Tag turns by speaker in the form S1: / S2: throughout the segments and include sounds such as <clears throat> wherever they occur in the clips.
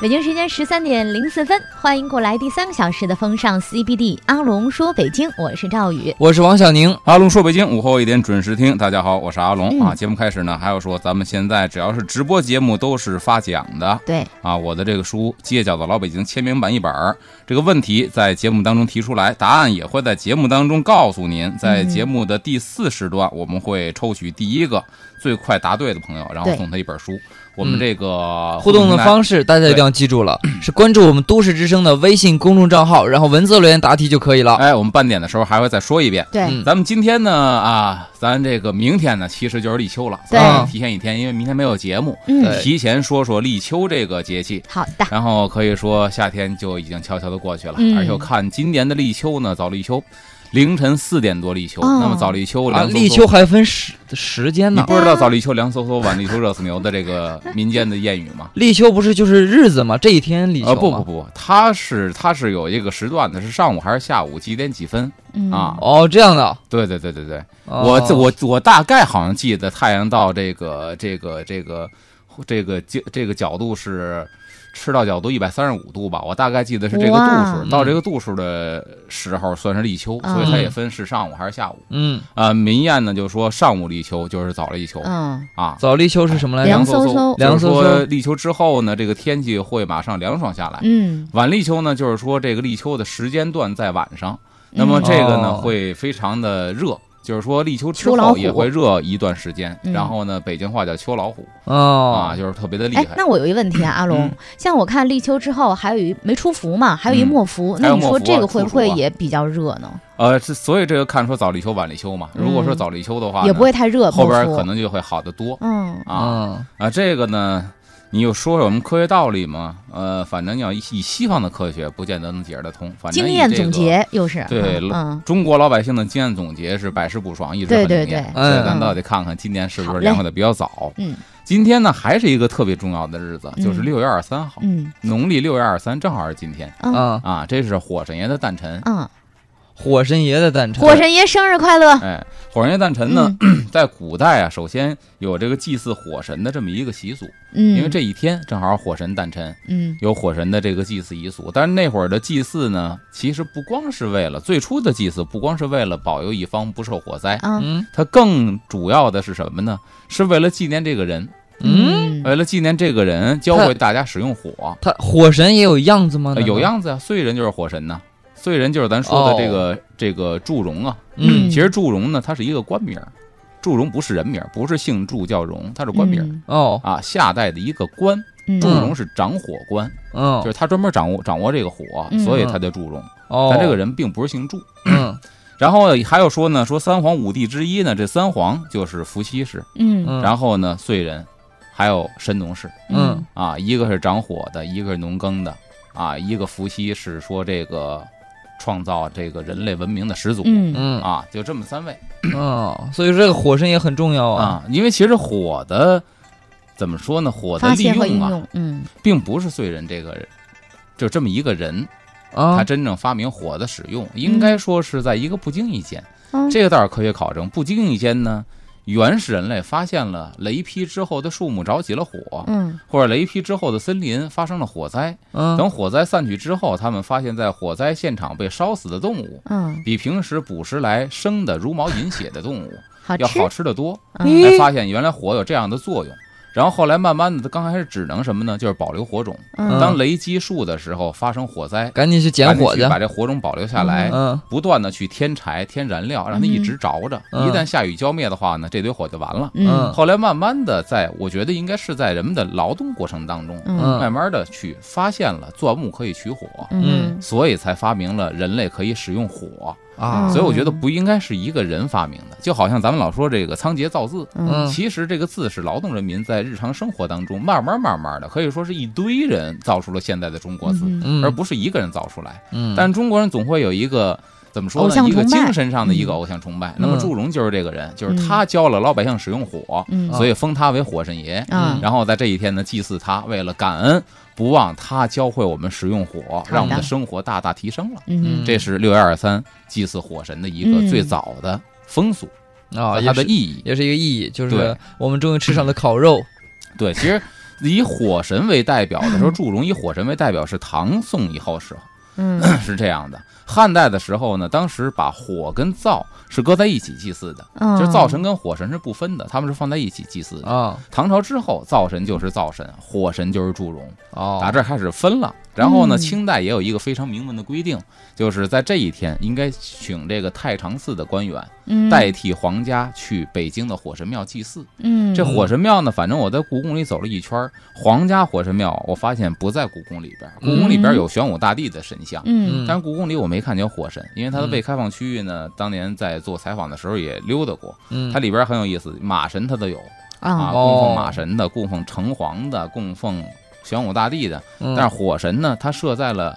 S1: 北京时间十三点零四分，欢迎过来第三个小时的风尚 CBD。阿龙说北京，我是赵宇。
S2: 我是王小宁。
S3: 阿龙说：“北京午后一点准时听，大家好，我是阿龙、
S1: 嗯
S3: 啊。节目开始呢，还要说咱们现在只要是直播节目都是发奖的
S1: 对，
S3: 啊。我的这个书《街角的老北京》签名版一本儿，这个问题在节目当中提出来，答案也会在节目当中告诉您。在节目的第四时段，我们会抽取第一个最快答对的朋友，然后
S1: 对
S3: 送他一本书。我们
S2: 嗯
S3: 这个
S2: 互动的
S3: 啊平台
S2: 方式大家一定要记住了，是关注我们都市之声的微信公众账号，然后文字留言答题就可以了。
S3: 哎，我们半点的时候还会再说一遍。
S1: 对，
S2: 嗯
S3: 咱们今天呢啊，咱这个明天呢，其实就是立秋了，
S1: 对
S3: 咱们提前一天，因为明天没有节目，
S1: 嗯
S2: 对
S3: 提前说说立秋这个节气。
S1: 好的，
S3: 然后可以说夏天就已经悄悄的过去了，
S1: 嗯
S3: 而且我看今年的立秋呢，早立秋，凌晨四点多立秋。
S1: 哦
S3: 那么早立秋，
S2: 啊，
S3: 梁
S2: 立
S3: 搜
S2: 秋
S3: 搜，
S2: 还分时时间
S3: 你
S2: 呢，
S3: 不知道早立秋凉飕飕，晚立秋热死牛的这个民间的谚语吗？
S2: 立秋不是就是日子吗？这一天 <laughs> 立秋
S3: 呃，不
S2: 吗
S3: 不不，它是它是有一个时段的，是上午还是下午几点几分？
S1: 嗯
S3: 啊
S2: 哦，这样的。
S3: 对对对对对，
S2: 哦
S3: 我这我我大概好像记得太阳到这个这个这个这个这这个角度是赤道角度一百三十五度吧，我大概记得是这个
S1: 哇
S3: 度数。到这个度数的时候算是立秋，所以它也
S1: 嗯
S3: 分是上午还是下午。
S2: 嗯，
S3: 啊，民谚呢就说上午立秋就是早立秋
S1: 嗯，
S3: 啊。
S2: 早立秋是什么来
S1: 凉
S2: 着？
S3: 飕
S1: 飕
S3: 就是
S2: 凉飕
S3: 说
S2: 飕
S3: 立秋之后呢，这个天气会马上凉爽下来。
S1: 嗯，
S3: 晚立秋呢，就是说这个立秋的时间段在晚上，那
S1: 嗯
S3: 么这个呢
S2: 哦
S3: 会非常的热，就是说立秋之
S1: 秋老
S3: 后
S1: 虎
S3: 也会热一段时间。
S1: 嗯
S3: 然后呢，北京话叫秋老虎啊，
S2: 哦，
S3: 就是特别的厉
S1: 哎，
S3: 害。
S1: 那我有一问
S3: 嗯
S1: 题啊，阿龙，像我看立秋之后还有一没出伏嘛，还有一
S3: 嗯
S1: 墨伏，
S3: 还
S1: 那
S3: 有
S1: 你
S3: 墨
S1: 说
S3: 伏
S1: 这
S3: 啊
S1: 个会不
S3: 处暑啊
S1: 会也比较热呢？
S3: 呃，是所以这个看说早立秋晚立秋嘛。如果说
S1: 嗯
S3: 早立秋的话呢，
S1: 也不会太热，
S3: 后边
S1: 墨伏
S3: 可能就会好得多
S1: 嗯
S3: 啊
S2: 嗯
S3: 啊。这个呢，你又说说我们科学道理嘛？呃，反正你要以以西方的科学，不见得能解释得通。反正
S1: 经
S3: 以
S1: 验
S3: 这个
S1: 总结又是
S3: 对
S1: 嗯，
S3: 中国老百姓的经验总结是百试不爽，一直很
S1: 对
S3: 灵
S1: 对
S3: 验。
S1: 对
S3: 所以咱
S1: 嗯
S3: 倒得看看今年是不
S1: 好
S3: 是
S1: 嘞
S3: 凉快的比较早。
S1: 嗯，
S3: 今天呢还是一个特别重要的日子，就是
S1: 嗯
S3: 六月二十三号，
S1: 嗯
S3: 农历六月二十三正好是今天
S1: 嗯
S2: 嗯，
S3: 啊，这是火神爷的诞辰。
S1: 嗯，
S2: 火神爷的诞辰，
S1: 火神爷生日快乐！嗯
S3: 哎，火神爷诞辰呢， <clears throat> 在古代啊，首先有这个祭祀火神的这么一个习俗，
S1: 嗯，
S3: 因为这一天正好火神诞辰，
S1: 嗯
S3: 有火神的这个祭祀习俗。但是那会儿的祭祀呢，其实不光是为了最初的祭祀，不光是为了保佑一方不受火灾，
S1: 啊
S2: 嗯
S3: 它更主要的是什么呢？是为了纪念这个人，
S2: 嗯，
S3: 为了纪念这个人，教会大家使用火。
S2: 他火神也有样子
S1: 嗯
S2: 吗？
S3: 呃有，样子啊，燧人就是火神呐、燧人就是咱
S1: 哦
S3: 说的这个、这个祝融啊。
S2: 嗯
S3: 其实祝融呢，它是一个官名儿，祝融不是人名儿，不是姓祝叫融，它是官名儿、
S1: 嗯
S2: 哦，
S3: 啊。夏代的一个官，
S1: 嗯哦
S3: 祝融是掌火官，
S2: 嗯
S3: 就是他专门掌握掌握这个火，啊
S1: 嗯
S3: 所以他叫祝融。
S2: 哦，
S3: 但这个人并不是姓祝。
S2: 嗯
S3: 然后还有说呢，说三皇五帝之一呢，这三皇就是伏羲氏，
S1: 嗯
S2: 嗯，
S3: 然后呢燧人，还有神农氏。
S2: 嗯
S3: 啊，一个是长火的，一个是农耕的，啊，一个伏羲是说这个创造这个人类文明的始祖，
S1: 嗯
S2: 嗯
S3: 啊，就这么三位
S2: 嗯，所以说这个火神也很重要啊。
S3: 啊，因为其实火的怎么说呢，火的
S1: 发
S3: 利
S1: 现和应
S3: 用啊，
S1: 用，嗯
S3: 并不是燧人这个人。就这么一个人，他
S2: 啊，
S3: 真正发明火的使用，应该说是在一个不经意间。
S1: 嗯
S3: 这个倒是科学考证，不经意间呢，原始人类发现了雷劈之后的树木着起了火，
S1: 嗯
S3: 或者雷劈之后的森林发生了火灾，
S2: 嗯
S3: 等火灾散去之后，他们发现，在火灾现场被烧死的动物，
S1: 嗯，
S3: 比平时捕食来生的茹毛饮血的动物
S2: 啊
S1: 好
S3: 要
S1: 吃，
S3: 好吃得多。
S1: 嗯
S3: 才发现原来火有这样的作用。然后后来慢慢的，刚开始只能什么呢？就是保留火种。
S1: 嗯
S3: 当雷击树的时候，发生火灾，
S2: 赶紧去捡
S3: 赶紧
S2: 火去
S3: 去。把这火种保留下来，
S2: 嗯
S3: 不断的去添柴、添燃料，让它一直着着。
S2: 嗯
S3: 一旦下雨浇灭的话呢，这堆火就完了。
S1: 嗯
S3: 后来慢慢的，在我觉得应该是在人们的劳动过程当中，
S1: 嗯
S2: 嗯
S3: 慢慢的去发现了钻木可以取火，
S1: 嗯
S3: 所以才发明了人类可以使用火。
S2: 啊
S1: 嗯，
S3: 所以我觉得不应该是一个人发明的，就好像咱们老说这个仓颉造字，
S1: 嗯
S3: 其实这个字是劳动人民在日常生活当中慢慢慢慢的，可以说是一堆人造出了现在的中国字，
S1: 嗯
S2: 嗯，
S3: 而不是一个人造出来。
S2: 嗯，
S3: 但中国人总会有一个。怎么说
S1: 偶像
S3: 呢？一个
S1: 崇拜
S3: 精神上的一个偶像崇拜。那么
S2: 嗯
S3: 祝融就是这个人，就是他教了老百姓使用火，
S1: 嗯
S3: 所以封他为火神爷。
S1: 啊
S3: 然后在这一天呢，祭祀他，为了感恩，不忘他教会我们使用火，让我们的生活大大提升了。
S1: 嗯
S3: 这是六月二十三祭祀火神的一个最早的风俗，
S2: 啊，
S3: 它
S2: 也
S3: 的
S2: 是
S3: 意义。
S2: 也是一个意义，就
S3: 对嗯
S2: 是我们终于吃上了烤肉。
S3: 对，其实以火神为代表的
S2: <laughs>
S3: 时候，祝融以火神为代表是唐宋以后时候。 <coughs>
S1: 嗯，
S3: 是这样的，汉代的时候呢，当时把火跟灶是搁在一起祭祀的，
S1: 嗯
S3: 就是灶神跟火神是不分的，他们是放在一起祭祀的。
S2: 啊
S3: 唐朝之后，灶神就是灶神，火神就是祝融，
S2: 哦，
S3: 打这儿开始分了。然后呢，
S1: 嗯
S3: 清代也有一个非常明文的规定，就是在这一天应该请这个太常寺的官员
S1: 嗯，
S3: 代替皇家去北京的火神庙祭祀。
S1: 嗯，
S3: 这火神庙呢，反正我在故宫里走了一圈儿，皇家火神庙我发现不在故宫里边儿，故宫里边儿有玄武大帝的神像。
S1: 嗯，
S3: 但是故宫里我没看见火神，因为它的未开放区域呢，当年在做采访的时候也溜达过，
S2: 嗯
S3: 它里边很有意思，马神它都有啊，
S1: 啊，
S3: 供
S2: 哦
S3: 奉马神的，供奉城隍的，供奉玄武大帝的，
S2: 嗯
S3: 但是火神呢，它设在了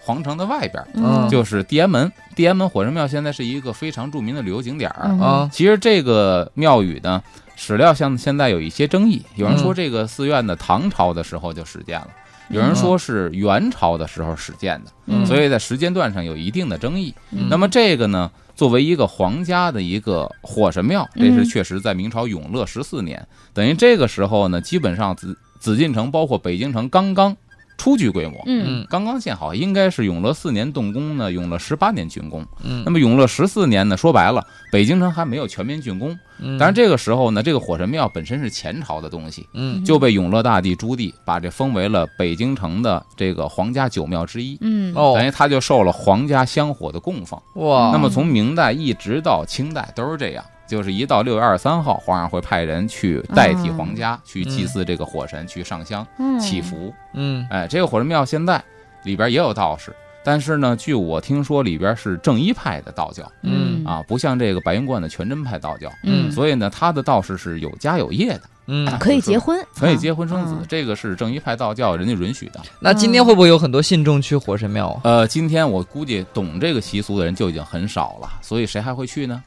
S3: 皇城的外边，
S1: 嗯
S3: 就是地安门。地安门火神庙现在是一个非常著名的旅游景点儿。
S1: 嗯
S2: 啊
S3: 其实这个庙宇呢，史料像现在有一些争议，有人
S1: 嗯
S3: 说这个寺院呢，唐朝的时候就始建了，有人说是元朝的时候始建的。
S1: 嗯
S3: 所以在时间段上有一定的争议。
S1: 嗯
S3: 那么这个呢，作为一个皇家的一个火神庙，这
S1: 嗯
S3: 是确实在明朝永乐十四年，等于这个时候呢，基本上紫紫禁城包括北京城刚刚初具规模。
S1: 嗯
S2: 嗯
S3: 刚刚建好，应该是永乐四年动工呢，永乐十八年竣工。
S2: 嗯
S3: 那么永乐十四年呢，说白了，北京城还没有全面竣工。
S2: 嗯
S3: 但是这个时候呢，这个火神庙本身是前朝的东西，
S2: 嗯
S3: 就被永乐大帝朱棣把这封为了北京城的这个皇家九庙之一。
S1: 嗯
S2: 哦
S3: 等于他就受了皇家香火的供奉。
S2: 哇，
S1: 哦
S3: 那么从明代一直到清代都是这样，就是一到六月二十三号，皇上会派人去代替皇家去祭祀这个火神，去上香
S1: 嗯
S3: 祈福。
S2: 嗯
S3: 哎，这个火神庙现在里边也有道士。但是呢，据我听说，里边是正一派的道教
S1: 嗯
S3: 啊，不像这个白云观的全真派道教，
S1: 嗯，啊
S3: 所以呢，他的道士是有家有业的，
S2: 嗯，
S1: 可以结婚，
S3: 可以结婚生子
S1: 啊，
S3: 这个是正一派道教人家允许的。
S2: 那今天会不会有很多信众去火神庙啊？
S3: 呃，今天我估计懂这个习俗的人就已经很少了，所以谁还会去呢？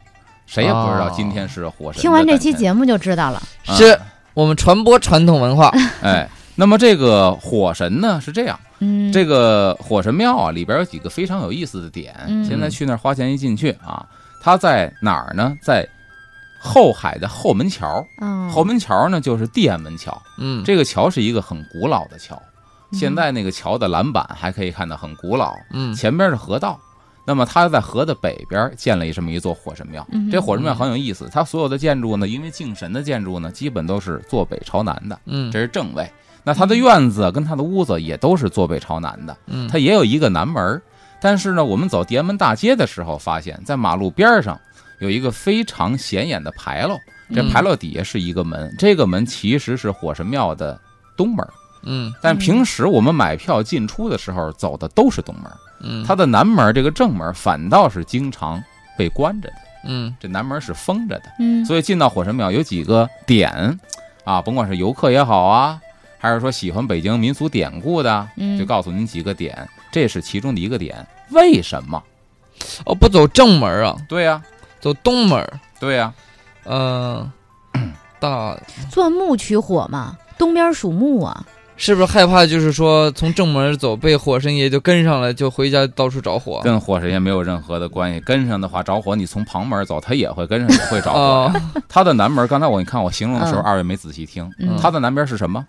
S3: 谁也不知道
S2: 哦
S3: 今天是火神的诞辰。
S1: 听完这期节目就知道了。
S3: 嗯
S2: 是我们传播传统文化，
S3: 哎，那么这个火神呢是这样，
S1: 嗯，
S3: 这个火神庙啊里边有几个非常有意思的点，
S1: 嗯
S3: 现在去那儿花钱一进去啊，它在哪儿呢？在后海的后门桥，
S1: 嗯
S3: 后门桥呢就是地安门桥，
S2: 嗯，
S3: 这个桥是一个很古老的桥，
S1: 嗯
S3: 现在那个桥的栏板还可以看到很古老，
S2: 嗯
S3: 前边是河道，那么他在河的北边建了一这么一座火神庙
S1: 嗯。
S3: 这火神庙很有意思，它所有的建筑呢，因为敬神的建筑呢，基本都是坐北朝南的，
S2: 嗯
S3: 这是正位。那它的院子跟它的屋子也都是坐北朝南的，
S2: 嗯
S3: 它也有一个南门儿。但是呢，我们走地安门大街的时候，发现，在马路边儿上有一个非常显眼的牌楼，这
S2: 嗯
S3: 牌楼底下是一个门，这个门其实是火神庙的东门儿。
S2: 嗯
S3: 但平时我们买票进出的时候走的都是东门儿，
S2: 嗯，
S3: 它的南门这个正门反倒是经常被关着的，
S2: 嗯
S3: 这南门是封着的，
S1: 嗯
S3: 所以进到火神庙有几个点啊，甭管是游客也好啊，还是说喜欢北京民俗典故的，
S1: 嗯
S3: 就告诉您几个点，这是其中的一个点。为什么？
S2: 哦，不走正门啊，
S3: 对呀、
S2: 走东门儿，
S3: 对呀、 <clears throat>
S2: 嗯，大
S1: 钻木取火嘛，东边属木啊。
S2: 是不是害怕就是说从正门儿走被火神爷就跟上了，就回家到处找火？
S3: 跟火神爷没有任何的关系。跟上的话着火，你从旁门走，他也会跟上，也会着火。
S2: 哦，
S3: 它的南门，刚才我你看我形容的时候，
S1: 嗯
S3: 二位没仔细听
S1: 嗯，
S3: 它的南边是什么？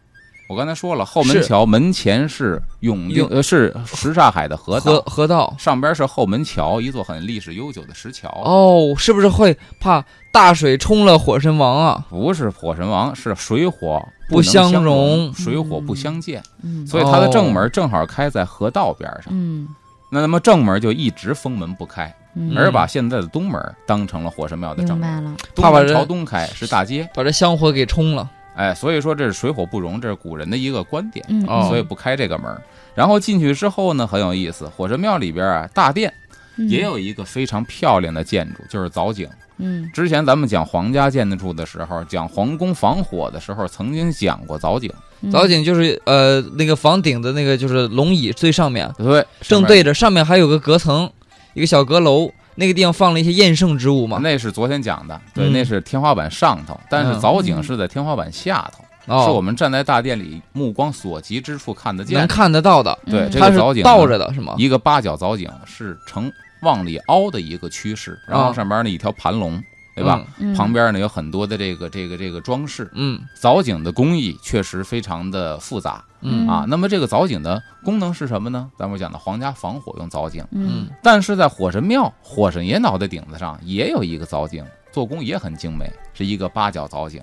S3: 我刚才说了，后门
S2: 是
S3: 桥门前是永定
S2: 永
S3: 呃是什刹海的河
S2: 河
S3: 道，
S2: 河道
S3: 上边是后门桥，一座很历史悠久的石桥。
S2: 哦，是不是会怕大水冲了火神王啊？
S3: 不是火神王，是水火
S2: 不
S3: 能相
S2: 相容哦
S3: 水火不相见，
S1: 嗯
S3: 所以它的正门正好开在河道边上。
S1: 嗯
S3: 那那么正门就一直封门不开，
S1: 嗯，
S3: 而把现在的东门当成了火神庙的正
S1: 明白
S3: 门，
S1: 了。
S3: 东
S2: 怕把
S3: 门
S2: 人
S3: 朝东开是大街。
S2: 把这香火给冲了。
S3: 哎，所以说这是水火不容，这是古人的一个观点。啊
S1: 嗯
S2: 哦
S3: 所以不开这个门儿。然后进去之后呢，很有意思，火神庙里边啊，大殿
S1: 嗯
S3: 也有一个非常漂亮的建筑，就是藻井。
S1: 嗯
S3: 之前咱们讲皇家建筑的时候，讲皇宫防火的时候，曾经讲过藻井。
S1: 嗯
S2: 藻井就是呃那个房顶的那个就是龙椅最上面，
S3: 对，
S2: 正
S3: 上面
S2: 对着上面还有个隔层，一个小阁楼，那个地方放了一些厌胜之物嘛。
S3: 那是昨天讲的，对，
S2: 嗯
S3: 那是天花板上头，但是
S2: 嗯
S3: 藻井是在天花板下头，是我
S2: 哦，
S3: 们站在大殿里目光所及之处看得
S2: 能
S3: 见。
S2: 看得到的，
S3: 对，
S1: 嗯
S3: 这
S2: 它
S3: 个藻井
S2: 是
S3: 呢
S2: 倒着的是吗？
S3: 一个八角藻井是呈往里凹的一个趋势，然后
S2: 啊
S3: 上边呢一条盘龙，对吧？
S1: 嗯
S3: 旁边呢有很多的这个这个这个装饰，
S2: 嗯
S3: 藻井的工艺确实非常的复杂
S2: 嗯
S3: 啊。那么这个藻井的功能是什么呢？咱们讲的皇家防火用藻井，
S1: 嗯
S3: 但是在火神庙火神爷脑袋顶子上也有一个藻井，做工也很精美，是一个八角藻井。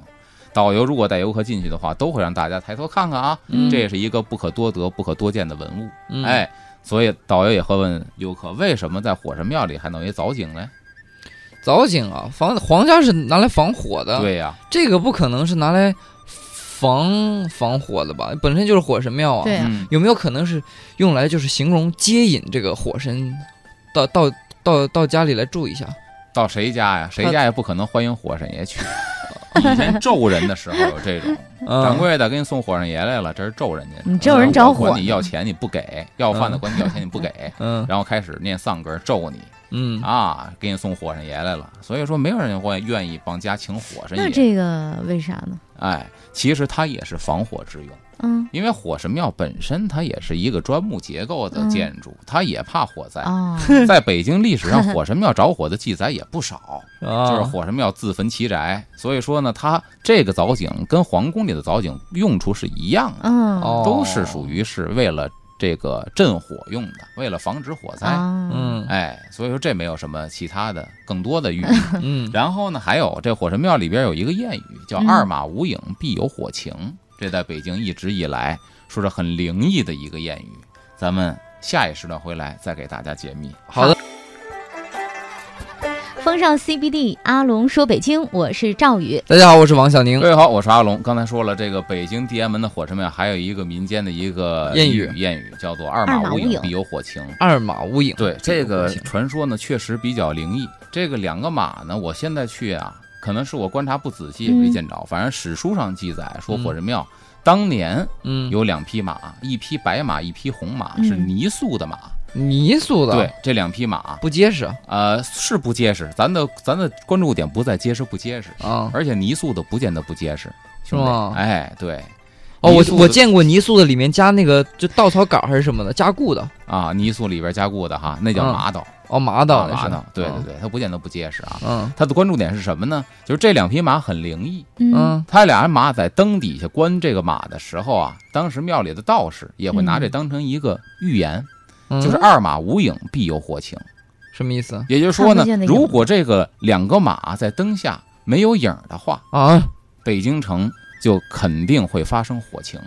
S3: 导游如果带游客进去的话，都会让大家抬头看看啊，
S1: 嗯
S3: 这也是一个不可多得、不可多见的文物。
S2: 嗯，
S3: 哎，所以导游也会问游客，为什么在火神庙里还能有一藻井嘞？
S2: 藻井啊，防皇家是拿来防火
S1: 啊
S2: 的，，
S3: 对呀、
S2: 这个不可能是拿来防防火的吧？本身就是火神庙啊，
S1: 对啊
S3: 嗯，
S2: 有没有可能是用来就是形容接引这个火神到到到到家里来住一下？
S3: 到谁家呀？谁家也不可能欢迎火
S1: <laughs>
S3: 神爷去。以前咒人的时候有这种，掌
S2: 嗯，
S3: 柜的给你送火神爷来了，这是咒人家。
S1: 你咒人着火
S3: 管你要钱你不给，要饭的管你要钱
S1: <laughs>
S3: 你不给，
S2: 嗯
S3: 然后开始念丧歌咒你
S2: 嗯，
S3: 啊，给你送火神爷来了。所以说没有人会愿意帮家请火神
S1: 那
S3: 爷。
S1: 这个为啥呢？
S3: 哎，其实它也是防火之用，
S1: 嗯
S3: 因为火神庙本身它也是一个砖木结构的建筑，它也怕火灾。
S1: 哦，
S3: <laughs> 在北京历史上，火神庙着火的记载也不少。就是
S2: 啊，
S3: 火神庙自焚其宅，所以说呢，它这个藻井跟皇宫里的藻井用处是一样的，
S1: 嗯
S2: 哦
S3: 都是属于是为了这个镇火用的，为了防止火灾。
S1: 啊
S2: 嗯
S3: 哎，所以说这没有什么其他的更多的寓意。
S2: 嗯
S3: 然后呢，还有这火神庙里边有一个谚语，叫
S1: 嗯
S3: “二马无影必有火情”，这在北京一直以来说是很灵异的一个谚语。咱们下一时段回来再给大家解密。
S2: 好的，
S1: 风尚 CBD，阿龙说北京，我是赵宇。
S2: 大家好，我是王小宁
S3: 各。位好，我是阿龙。刚才说了，这个北京地安门的火神庙还有一个民间的一个
S2: 谚语
S3: 谚语叫做“二
S1: 马
S3: 马
S1: 无
S3: 无影
S1: 影
S3: 必有火情”。
S2: 二马无影，
S3: 对这个
S2: 行
S3: 传说呢，确实比较灵异。这个两个马呢，我现在去啊，可能是我观察不仔细
S1: 嗯
S3: 没见着。反正史书上记载说，火神庙当年
S2: 嗯，
S3: 有两匹马，一匹白马，一匹红马，
S1: 嗯
S3: 是泥塑的马。
S2: 泥塑的，啊
S3: 对，，这两匹马，
S2: 不结实啊
S3: 呃，是不结实。咱的咱的关注点不在结实不结实，
S2: 啊。
S3: 而且泥塑的不见得不结实，
S2: 是
S3: 兄弟
S2: 吗
S3: 哎，对。
S2: 哦，
S3: 泥
S2: 我
S3: 塑的
S2: 我见过泥塑的，里面加那个就稻草杆还是什么的，加固的，
S3: 啊，泥塑里边加固的哈，那叫
S2: 嗯
S3: 麻道，
S2: 哦，麻
S3: 啊
S2: 道那
S3: 麻
S2: 是
S3: 道，对对，对，它不见得不结实啊。
S2: 嗯
S3: 它的关注点是什么呢？就是这两匹马很灵异，
S1: 嗯
S2: 嗯
S3: 他俩人马在灯底下关这个马的时候啊，当时庙里的道士也会拿这当成一个预言，
S2: 嗯，
S3: 就是二马无影必有火情。
S2: 什么意思
S3: 也就是说
S1: 看
S3: 呢
S1: 不见的，影
S3: 如果这个两个马在灯下没有影儿的话，
S2: 啊？
S3: 北京城就肯定会发生火情，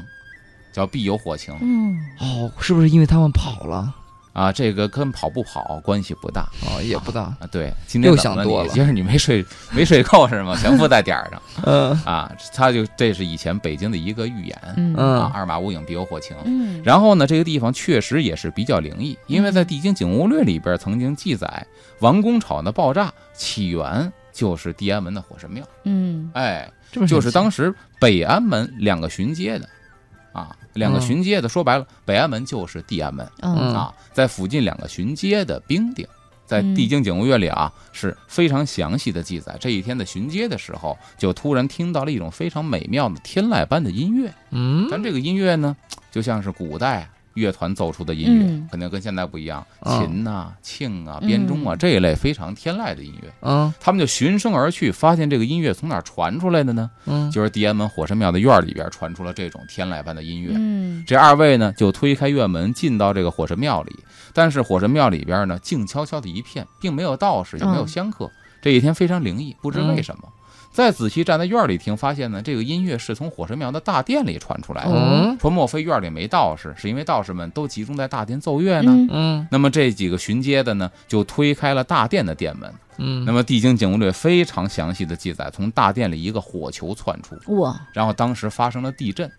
S3: 叫必有火情
S1: 嗯，
S2: 哦，是不是因为他们跑了？
S3: 啊。这个跟跑不跑关系不大。
S2: 哦，也不大，
S3: 啊，对，今天
S2: 又
S3: 怎
S2: 想
S3: 么
S2: 多
S3: 你
S2: 了
S3: 今儿你没睡 <laughs> 没睡够是吗？全部在点儿上
S2: 嗯
S3: 啊，他就这是以前北京的一个预言、
S1: 嗯
S2: 嗯，
S3: 啊二马无影必有火情。
S1: 嗯，
S3: 然后呢，这个地方确实也是比较灵异，因为在《地经景物略》里边曾经记载，王宫场的爆炸起源就是地安门的火神庙，
S1: 嗯
S3: 哎，
S2: 这么神奇
S3: 就是当时北安门两个巡街的，啊，两个
S2: 嗯
S3: 巡街的，说白了，北安门就是地安门，
S1: 嗯
S3: 啊，在附近两个巡街的兵丁，在
S1: 嗯
S3: 《地经景物乐》里啊是非常详细的记载。这一天的巡街的时候，就突然听到了一种非常美妙的天籁般的音乐，
S2: 嗯
S3: 但这个音乐呢，就像是古代乐团奏出的音乐，
S1: 嗯
S3: 肯定跟现在不一样，
S2: 嗯
S3: 琴呐、磬啊、编钟啊、这一类非常天籁的音乐。
S2: 嗯
S3: 他们就循声而去，发现这个音乐从哪儿传出来的呢？
S2: 嗯
S3: 就是地安门火神庙的院儿里边传出了这种天籁般的音乐。
S1: 嗯
S3: 这二位呢就推开院门进到这个火神庙里，但是火神庙里边呢静悄悄的一片，并没有道士，也没有香客。这一天非常灵异，不知为什么。再仔细站在院里听，发现呢这个音乐是从火神庙的大殿里传出来的。
S2: 嗯
S3: 说莫非院里没道士，是因为道士们都集中在大殿奏乐呢？
S1: 嗯
S2: 嗯
S3: 那么这几个巡街的呢，就推开了大殿的殿门。那
S2: 嗯，
S3: 么《地经景物略》非常详细的记载，从大殿里一个火球窜出，
S1: 我
S3: 然后当时发生了地震。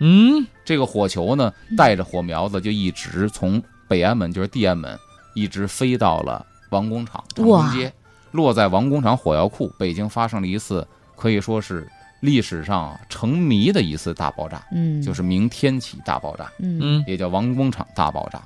S2: 嗯
S3: 这个火球呢，带着火苗子就一直从北安门，就是地安门，一直飞到了王工厂长
S1: 哇
S3: 工街，落在王工厂火药库。北京发生了一次可以说是历史上啊成谜的一次大爆炸，
S1: 嗯
S3: 就是明天启大爆炸，
S1: 嗯
S2: 嗯
S3: 也叫王工厂大爆炸。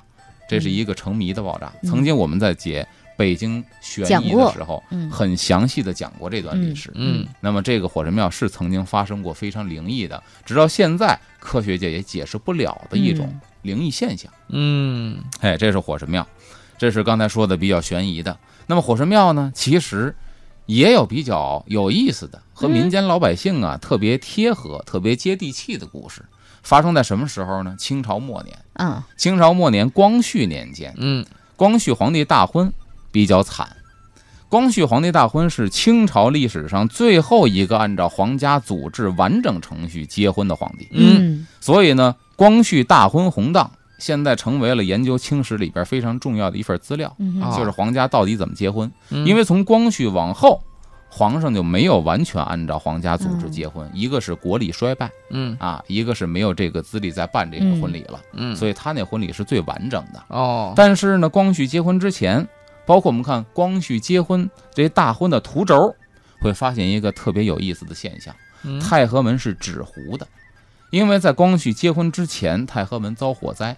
S3: 这是一个成谜的爆炸。
S1: 嗯
S3: 曾经我们在解北京悬
S1: 讲
S3: 疑
S1: 过
S3: 的时候，
S1: 嗯
S3: 很详细的讲过这段历史。
S2: 嗯
S3: 那么这个火神庙是曾经发生过非常灵异的，直到现在科学界也解释不了的一种
S1: 嗯
S3: 灵异现象。
S2: 嗯
S3: 哎，这是火神庙，这是刚才说的比较悬疑的。那么火神庙呢，其实也有比较有意思的和民间老百姓啊、特别贴合、特别接地气的故事。发生在什么时候呢？清朝末年，
S1: 嗯
S3: 清朝末年光绪年间，
S2: 嗯，
S3: 光绪皇帝大婚比较惨。光绪皇帝大婚是清朝历史上最后一个按照皇家组织完整程序结婚的皇帝，
S2: 嗯
S3: 所以呢，光绪大婚红档现在成为了研究清史里边非常重要的一份资料，
S1: 嗯哼
S2: 啊
S3: 就是皇家到底怎么结婚。
S2: 嗯
S3: 因为从光绪往后，皇上就没有完全按照皇家组织结婚，一个是国力衰败
S2: 嗯
S3: 啊，一个是没有这个资历再办这个婚礼了，
S2: 嗯，
S3: 所以他那婚礼是最完整的。
S2: 哦，
S3: 但是呢，光绪结婚之前，包括我们看光绪结婚这大婚的图轴，会发现一个特别有意思的现象：
S2: 嗯
S3: 太和门是纸糊的，因为在光绪结婚之前，太和门遭火灾，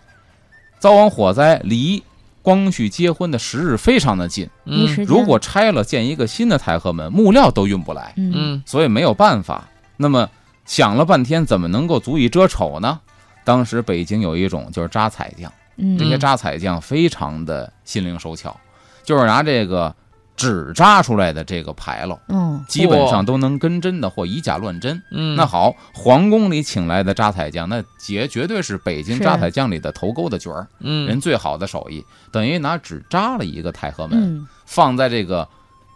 S3: 遭完火灾离光绪结婚的时日非常的近，
S1: 一
S2: 嗯
S1: 时间
S3: 如果拆了建一个新的太和门，木料都运不来，
S1: 嗯
S2: 嗯
S3: 所以没有办法。那么想了半天，怎么能够足以遮丑呢？当时北京有一种就是扎彩匠。这
S1: 嗯
S3: 些扎彩匠非常的心灵手巧，就是拿这个纸扎出来的这个牌楼，
S1: 嗯
S3: 基本上都能跟真的或以假乱真。
S2: 嗯，
S3: 那好，皇宫里请来的扎彩匠，那绝绝对是北京
S1: 是
S3: 扎彩匠里的头钩的角儿，
S2: 嗯
S3: 人最好的手艺，等于拿纸扎了一个太和门，
S1: 嗯
S3: 放在这个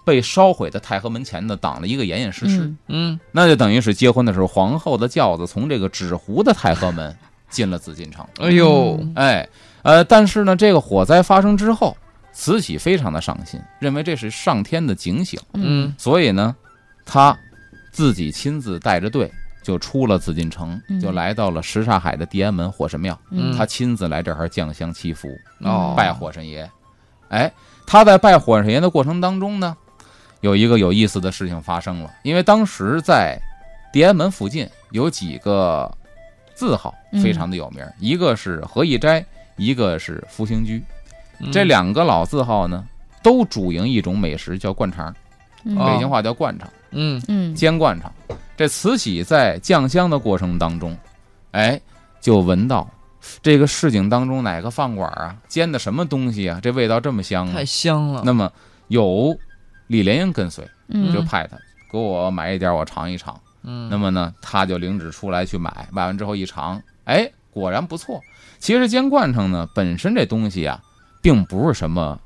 S3: 被烧毁的太和门前呢，挡了一个严严实实。
S1: 嗯
S2: 嗯
S3: 那就等于是结婚的时候，皇后的轿子从这个纸糊的太和门进了紫禁城。
S2: 哎呦
S1: 嗯
S3: 哎，呃，但是呢，这个火灾发生之后，慈禧非常的伤心，认为这是上天的警醒，
S2: 嗯
S3: 所以呢，她自己亲自带着队就出了紫禁城，就
S1: 嗯
S3: 来到了什刹海的地安门火神庙，
S1: 嗯
S3: 她亲自来这儿降香祈福，
S2: 哦
S3: 拜火神爷。哎，她在拜火神爷的过程当中呢，有一个有意思的事情发生了，因为当时在地安门附近有几个字号非常的有名，一个是何义斋，一个是福兴居，
S2: 嗯
S3: 这两个老字号呢。都主营一种美食，叫灌肠，
S1: 嗯
S2: 哦
S3: 北京话叫灌肠。
S2: 嗯
S1: 嗯
S3: 煎灌肠。这慈禧在酱香的过程当中，哎，就闻到这个市井当中哪个饭馆啊煎的什么东西啊，这味道这么香啊
S2: 太。香了，
S3: 那么有李莲英跟随，
S1: 嗯
S3: 就派他给我买一点，我尝一尝。
S2: 嗯
S3: 那么呢，他就领旨出来去买，买完之后一尝，哎，果然不错。其实煎灌肠呢，本身这东西啊，并不是什么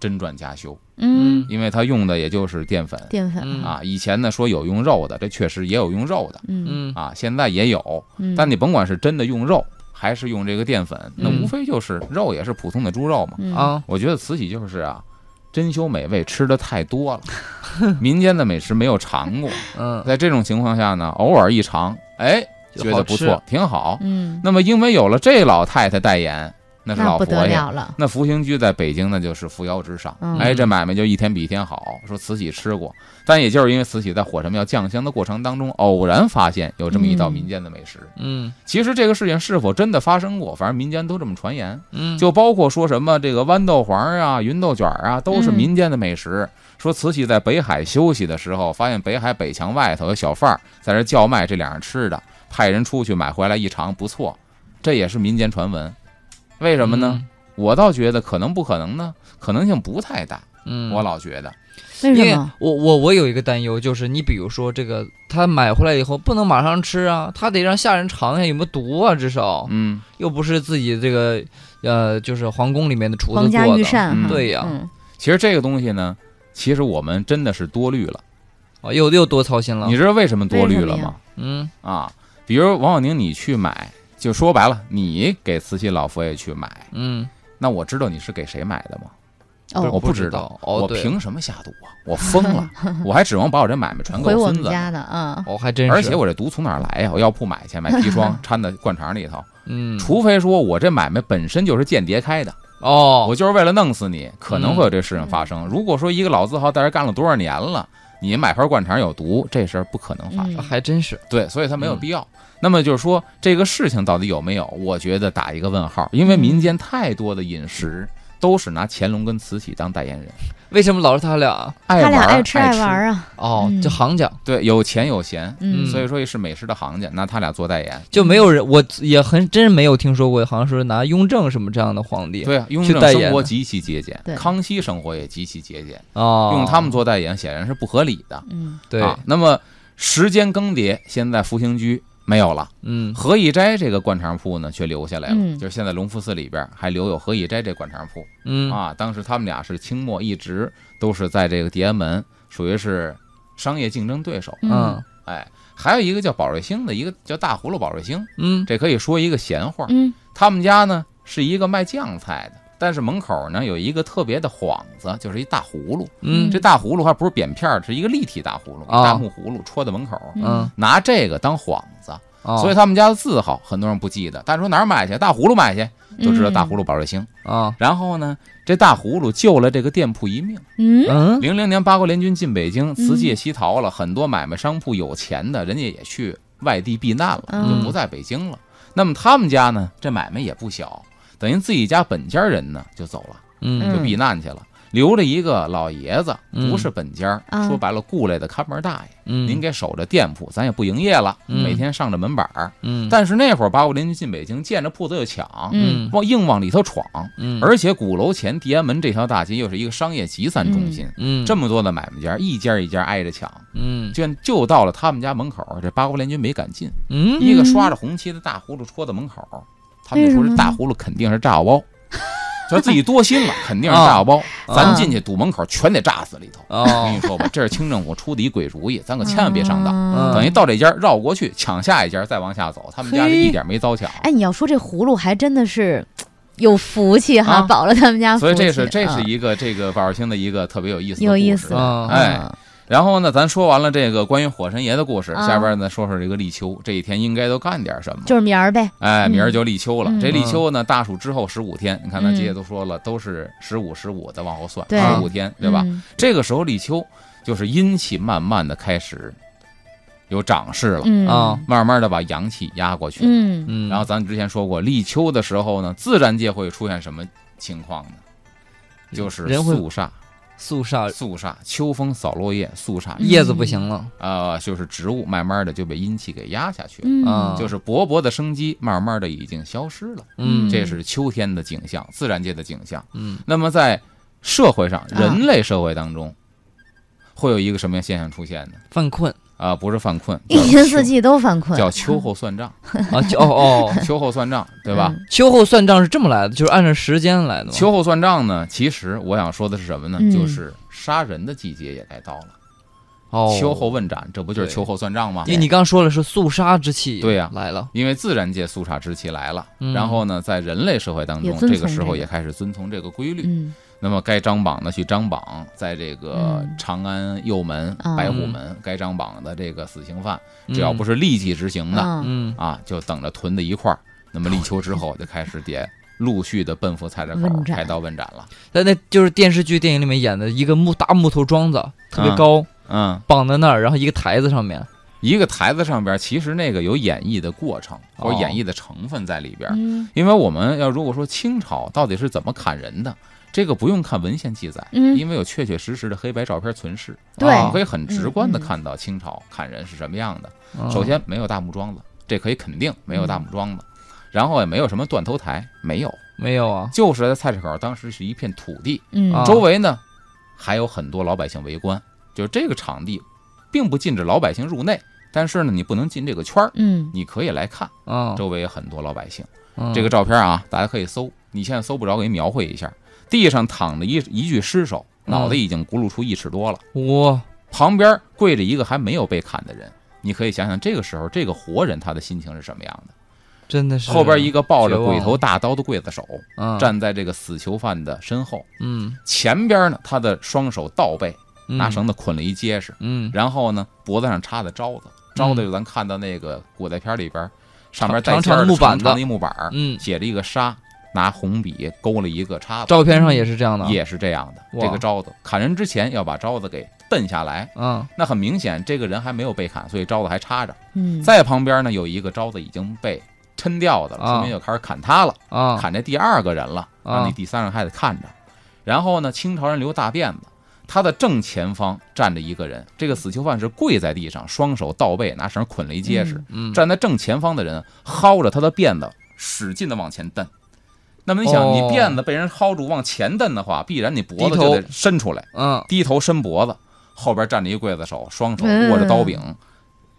S3: 真传佳修，
S1: 嗯
S3: 因为它用的也就是淀粉
S1: 淀粉
S2: 嗯
S3: 啊。以前呢说有用肉的，这确实也有用肉的，
S1: 嗯
S2: 嗯
S3: 啊，现在也有，
S1: 嗯
S3: 但你甭管是真的用肉还是用这个淀粉，那
S2: 嗯
S3: 无非就是肉也是普通的猪肉嘛。
S1: 嗯
S2: 啊
S3: 我觉得慈禧就是啊，珍馐美味吃的太多了，民间的美食没有尝
S1: <laughs>
S3: 过，
S2: 嗯
S3: 在这种情况下呢，偶尔一尝，哎，
S2: 就
S3: 觉
S2: 好
S3: 得不
S2: 吃
S3: 错，挺好。
S1: 嗯
S3: 那么因为有了这老太太代言，那是
S1: 那
S3: 老
S1: 不得
S3: 佛爷。
S1: 了了
S3: 那福兴居在北京那就是扶摇直上，
S1: 嗯
S3: 哎，这买卖就一天比一天好。说慈禧吃过，但也就是因为慈禧在火神庙酱香的过程当中，偶然发现有这么一道
S1: 嗯
S3: 民间的美食。
S2: 嗯
S3: 其实这个事情是否真的发生过，反正民间都这么传言，
S2: 嗯
S3: 就包括说什么这个豌豆黄啊、芸豆卷啊，都是
S1: 嗯
S3: 民间的美食。说慈禧在北海休息的时候，发现北海北墙外头有小贩儿在这叫卖这两样吃的，派人出去买回来一尝，不错，这也是民间传闻。为什么呢？？我倒觉得可能不可能呢？可能性不太大，
S2: 嗯，
S3: 我老觉得。
S1: 为
S2: 因
S1: 什
S2: 为
S1: 么
S2: 我我我有一个担忧，就是你比如说这个，他买回来以后不能马上吃啊，他得让下人尝一下有没有毒啊，至少
S3: 嗯，
S2: 又不是自己这个呃，就是皇宫里面的厨
S1: 皇
S2: 子
S1: 家
S2: 做
S1: 御
S2: 的，
S1: 膳哈
S3: 嗯
S2: 对呀
S1: 嗯
S3: 其实这个东西呢，其实我们真的是多虑了。
S2: 哦，又又多操心了
S3: 你。知道为什么多虑
S1: 为什么
S3: 了吗
S1: 呀？
S2: 嗯
S3: 啊，比如王小宁，你去买，就说白了，你给慈禧老佛爷去买，
S2: 嗯，
S3: 那我知道你是给谁买的吗？
S2: 不是
S1: 哦
S3: 我不
S2: 知
S3: 知道，
S2: 哦，
S3: 我
S2: 对，
S3: 凭什么下毒啊？我疯了，我还指望把我这买卖传给
S1: 回我
S3: 孙
S1: 们
S3: 子。
S1: 家的啊
S2: 哦，还真是，
S3: 而且我这毒从哪儿来呀、我药铺买去，买砒霜掺在灌肠里头。
S2: 嗯，
S3: 除非说我这买卖本身就是间谍开的，
S2: 哦，
S3: 我就是为了弄死你，可能
S1: 嗯
S3: 会有这事情发生。如果说一个老字号在这干了多少年了，你买盘灌肠有毒，这事儿不可能发生。
S1: 嗯
S2: 还真是，
S3: 对，所以它没有
S2: 嗯
S3: 必要。那么就是说，这个事情到底有没有？我觉得打一个问号，因为民间太多的饮食都是拿乾隆跟慈禧当代言人，
S2: 为什么老是他俩？
S3: 爱
S1: 他
S3: 玩
S1: 俩
S3: 儿
S1: 爱
S3: 爱
S1: 吃爱玩儿啊，
S2: 哦，
S1: 嗯
S2: 就行家，
S3: 对，有钱有闲，
S1: 嗯，
S3: 所以说也是美食的行家，拿他俩做代言。
S2: 就没有人，我也很真是没有听说过，好像是拿雍正什么这样的皇
S1: 嗯
S2: 帝
S3: 对啊，雍
S2: 去
S3: 正
S2: 代言
S3: 生活
S2: 的
S3: 极其节俭
S1: 对，
S3: 康熙生活也极其节俭，
S2: 哦，
S3: 用他们做代言显然是不合理的。
S1: 嗯，
S2: 对，
S3: 啊，那么时间更迭，现在福兴居没有了，
S2: 嗯
S3: 何以斋这个灌肠铺呢却留下来了，
S1: 嗯
S3: 就是现在隆福寺里边还留有何以斋这灌肠铺、
S2: 嗯
S3: 啊。当时他们俩是清末一直都是在这个地安门，属于是商业竞争对手。
S2: 嗯
S3: 哎，还有一个叫宝瑞星的，一个叫大葫芦宝瑞星，
S2: 嗯，
S3: 这可以说一个闲话。
S1: 嗯
S3: 他们家呢是一个卖酱菜的，但是门口呢有一个特别的幌子，就是一大葫芦。
S2: 嗯
S3: 这大葫芦还不是扁片儿，是一个立体大葫芦，
S2: 啊
S3: 大木葫芦戳在门口，
S2: 嗯，
S3: 拿这个当幌子，
S2: 哦
S3: 所以他们家的字号很多人不记得，但说哪儿买去？大葫芦买去，就
S2: 嗯
S3: 知道大葫
S1: 芦，
S3: 芦宝瑞星。
S2: 啊
S3: 然后呢，这大葫芦救了这个店铺一命。
S1: 嗯
S2: 嗯
S3: 零零年八国联军进北京，慈禧也西逃了，很多买卖商铺有钱的人家也去外地避难了，
S1: 嗯
S3: 就不在北京了。那么他们家呢，这买卖也不小，等于自己家本家人呢就走了，
S2: 嗯
S3: 就避难去了。留着一个老爷子，
S2: 嗯
S3: 不是本家，
S1: 啊
S3: 说白了雇来的看门大爷，
S2: 嗯，
S3: 您给守着店铺，咱也不营业了，
S2: 嗯
S3: 每天上着门板儿。
S2: 嗯
S3: 但是那会儿八国联军进北京，见着铺子就抢，
S1: 嗯
S2: 嗯
S3: 往硬往里头闯，
S2: 嗯
S3: 而且鼓楼前地安门这条大街又是一个商业集散中心，
S2: 嗯
S3: 这么多的买卖家，一家一家挨着抢，
S2: 嗯
S3: 就就到了他们家门口，这八国联军没敢进，
S2: 嗯
S3: 一个刷着红旗的大葫芦戳在门口，他们就说
S1: 为什么
S3: 这
S1: 呢
S3: 大葫芦肯定是炸药包，觉得自己多心了，肯定是炸药包，
S2: 啊
S3: 咱进去堵门口全得炸死里头。我跟
S2: 哦啊
S3: 你说吧，这是清政府出的一鬼主意，咱可千万别上当。
S1: 嗯
S3: 等于到这家绕过去抢下一家，再往下走，他们家这
S2: 嘿
S3: 一点没遭抢。
S1: 哎，你要说这葫芦还真的是有福气哈，
S3: 啊
S1: 保了他们家福
S3: 所
S1: 气。
S3: 以这是这是
S1: 嗯
S3: 一个这个宝尔星的一个特别有意思的
S1: 有意
S3: 故事
S1: 思，
S2: 啊
S3: 哎
S1: 嗯，
S3: 然后呢，咱说完了这个关于火神爷的故事，
S1: 啊
S3: 下边呢说说这个立秋，这一天应该都干点什么？
S1: 就是明儿呗，
S3: 哎，
S1: 嗯
S3: 明儿就立秋了。
S1: 嗯
S3: 这立秋呢，大暑之后十五天，你看咱
S1: 嗯
S3: 姐姐都说了，都是十五十五的往后算，
S1: 对
S3: 十五天，对吧？
S1: 嗯
S3: 这个时候立秋就是阴气慢慢的开始有长势了，
S1: 嗯
S2: 啊
S3: 慢慢的把阳气压过去。
S1: 嗯，
S2: 嗯，
S3: 然后咱之前说过，立秋的时候呢，自然界会出现什么情况呢？就是
S2: 嗯
S3: 嗯
S2: 人会呃
S3: 肃煞，
S2: 肃杀
S3: 肃煞，秋风扫落叶，肃煞
S2: 叶子不行了，
S3: 啊，就是植物慢慢的就被阴气给压下去了，
S1: 嗯
S2: 啊
S3: 就是勃勃的生机慢慢的已经消失了，
S2: 嗯
S3: 这是秋天的景象，自然界的景象。
S2: 嗯
S3: 那么在社会
S2: 啊
S3: 上，人类社会当中，会有一个什么样现象出现呢？
S2: 犯困
S3: 啊，不是犯困，
S2: 哎
S1: 一年
S3: 叫
S1: 四季都犯
S3: 秋
S1: 困，
S3: 叫秋后算
S2: <laughs>
S3: 账，
S2: 啊，就哦哦，
S3: 秋后算账，对吧？
S1: 嗯
S2: 秋后算账是这么来的，就是按照时间来的嘛，
S3: 秋后算账呢，其实我想说的是什么呢？
S1: 嗯
S3: 就是杀人的季节也该到了，
S2: 哦
S3: 秋后问斩，这不就是
S2: 对
S3: 秋后算账吗？
S2: 你你刚说了是肃杀之气，
S3: 对呀
S2: 来了，
S3: 因为自然界肃杀之气来了，
S2: 嗯
S3: 然后呢，在人类社会当
S1: 也
S3: 中，
S1: 遵从
S3: 这个时
S1: 这
S3: 候
S1: 个
S3: 也开始遵从这个规律。
S1: 嗯
S3: 那么该张榜的去张榜，在这个
S1: 嗯
S3: 长安右门、
S1: 啊
S3: 白虎门，该张榜的这个死刑犯，
S2: 嗯
S3: 只要不是立即执行的、
S1: 嗯
S2: 嗯
S3: 啊，就等着囤在一块儿。那么立秋之后就开始点。陆续的奔赴菜市口
S1: 问，斩
S3: 开刀问斩了。
S2: 在那就是电视剧、电影里面演的一个木大木头桩子，特别高，
S3: 嗯，
S2: 绑在那儿，然后一个台子上面。
S3: 一个台子上边，其实那个有演绎的过程或者
S2: 哦
S3: 演绎的成分在里边。
S1: 嗯
S3: 因为我们要如果说清朝到底是怎么砍人的，这个不用看文献记载，
S1: 嗯
S3: 因为有确确实实的黑白照片存世，
S1: 对
S3: 我们可以很直观
S1: 嗯
S3: 的
S1: 嗯哦
S3: 看到清朝砍人是什么样的。
S2: 嗯
S3: 首，先没有大木桩子，这可以肯定没有大木桩
S1: 嗯
S3: 子，然后也没有什么断头台，没有，
S2: 没有啊，
S3: 就是在菜市口当时是一片土地，
S1: 嗯
S2: 啊
S3: 周围呢还有很多老百姓围观，就是这个场地并不禁止老百姓入内，但是呢你不能进这个圈儿，
S1: 嗯
S3: 你可以来看，
S2: 嗯，
S3: 周围有很多老百姓。
S2: 嗯
S3: 这个照片啊，大家可以搜，你现在搜不着，给你描绘一下。地上躺着一一具尸首，
S2: 嗯
S3: 脑袋已经轱辘出一尺多了，
S2: 哇，
S3: 旁边跪着一个还没有被砍的人。你可以想想，这个时候这个活人他的心情是什么样的？
S2: 真的是啊
S3: 后边一个抱着
S2: 绝望啊
S3: 鬼头大刀的刽子手
S2: 嗯
S3: 站在这个死囚犯的身后，
S2: 嗯
S3: 前边呢，他的双手倒背，
S2: 嗯
S3: 拿绳子捆了一结实，
S2: 嗯
S3: 然后呢，脖子上插的招子，招子就咱看到那个古代片里边，上面带
S2: 长
S3: 尖
S2: 长
S3: 儿
S2: 的木板子
S3: 长的一木板儿，
S2: 嗯，
S3: 写着一个沙，拿红笔勾了一个叉子，
S2: 照片上也是这样的，啊
S3: 也是这样的。
S2: 哇
S3: 这个招子砍人之前要把招子给蹬下来，
S2: 嗯
S3: 那很明显这个人还没有被砍，所以招子还插着。
S1: 嗯，
S3: 在旁边呢有一个招子已经被抻掉的了，
S2: 啊
S3: 村民就开始砍他了，
S2: 啊
S3: 砍这第二个人了，
S2: 啊
S3: 那第三人还得看着。然后呢，清朝人留大辫子，他的正前方站着一个人，这个死囚犯是跪在地上，双手到背，拿绳捆了一结实。
S2: 嗯，
S3: 站在正前方的人薅着他的辫子，使劲的往前蹬。那么你想，
S2: 哦
S3: 你辫子被人薅住往前蹬的话，必然你脖
S2: 低
S3: 子
S2: 头
S3: 就得伸出来，
S2: 嗯
S3: 低头伸脖子，后边站着一刽子手，双手握着刀柄，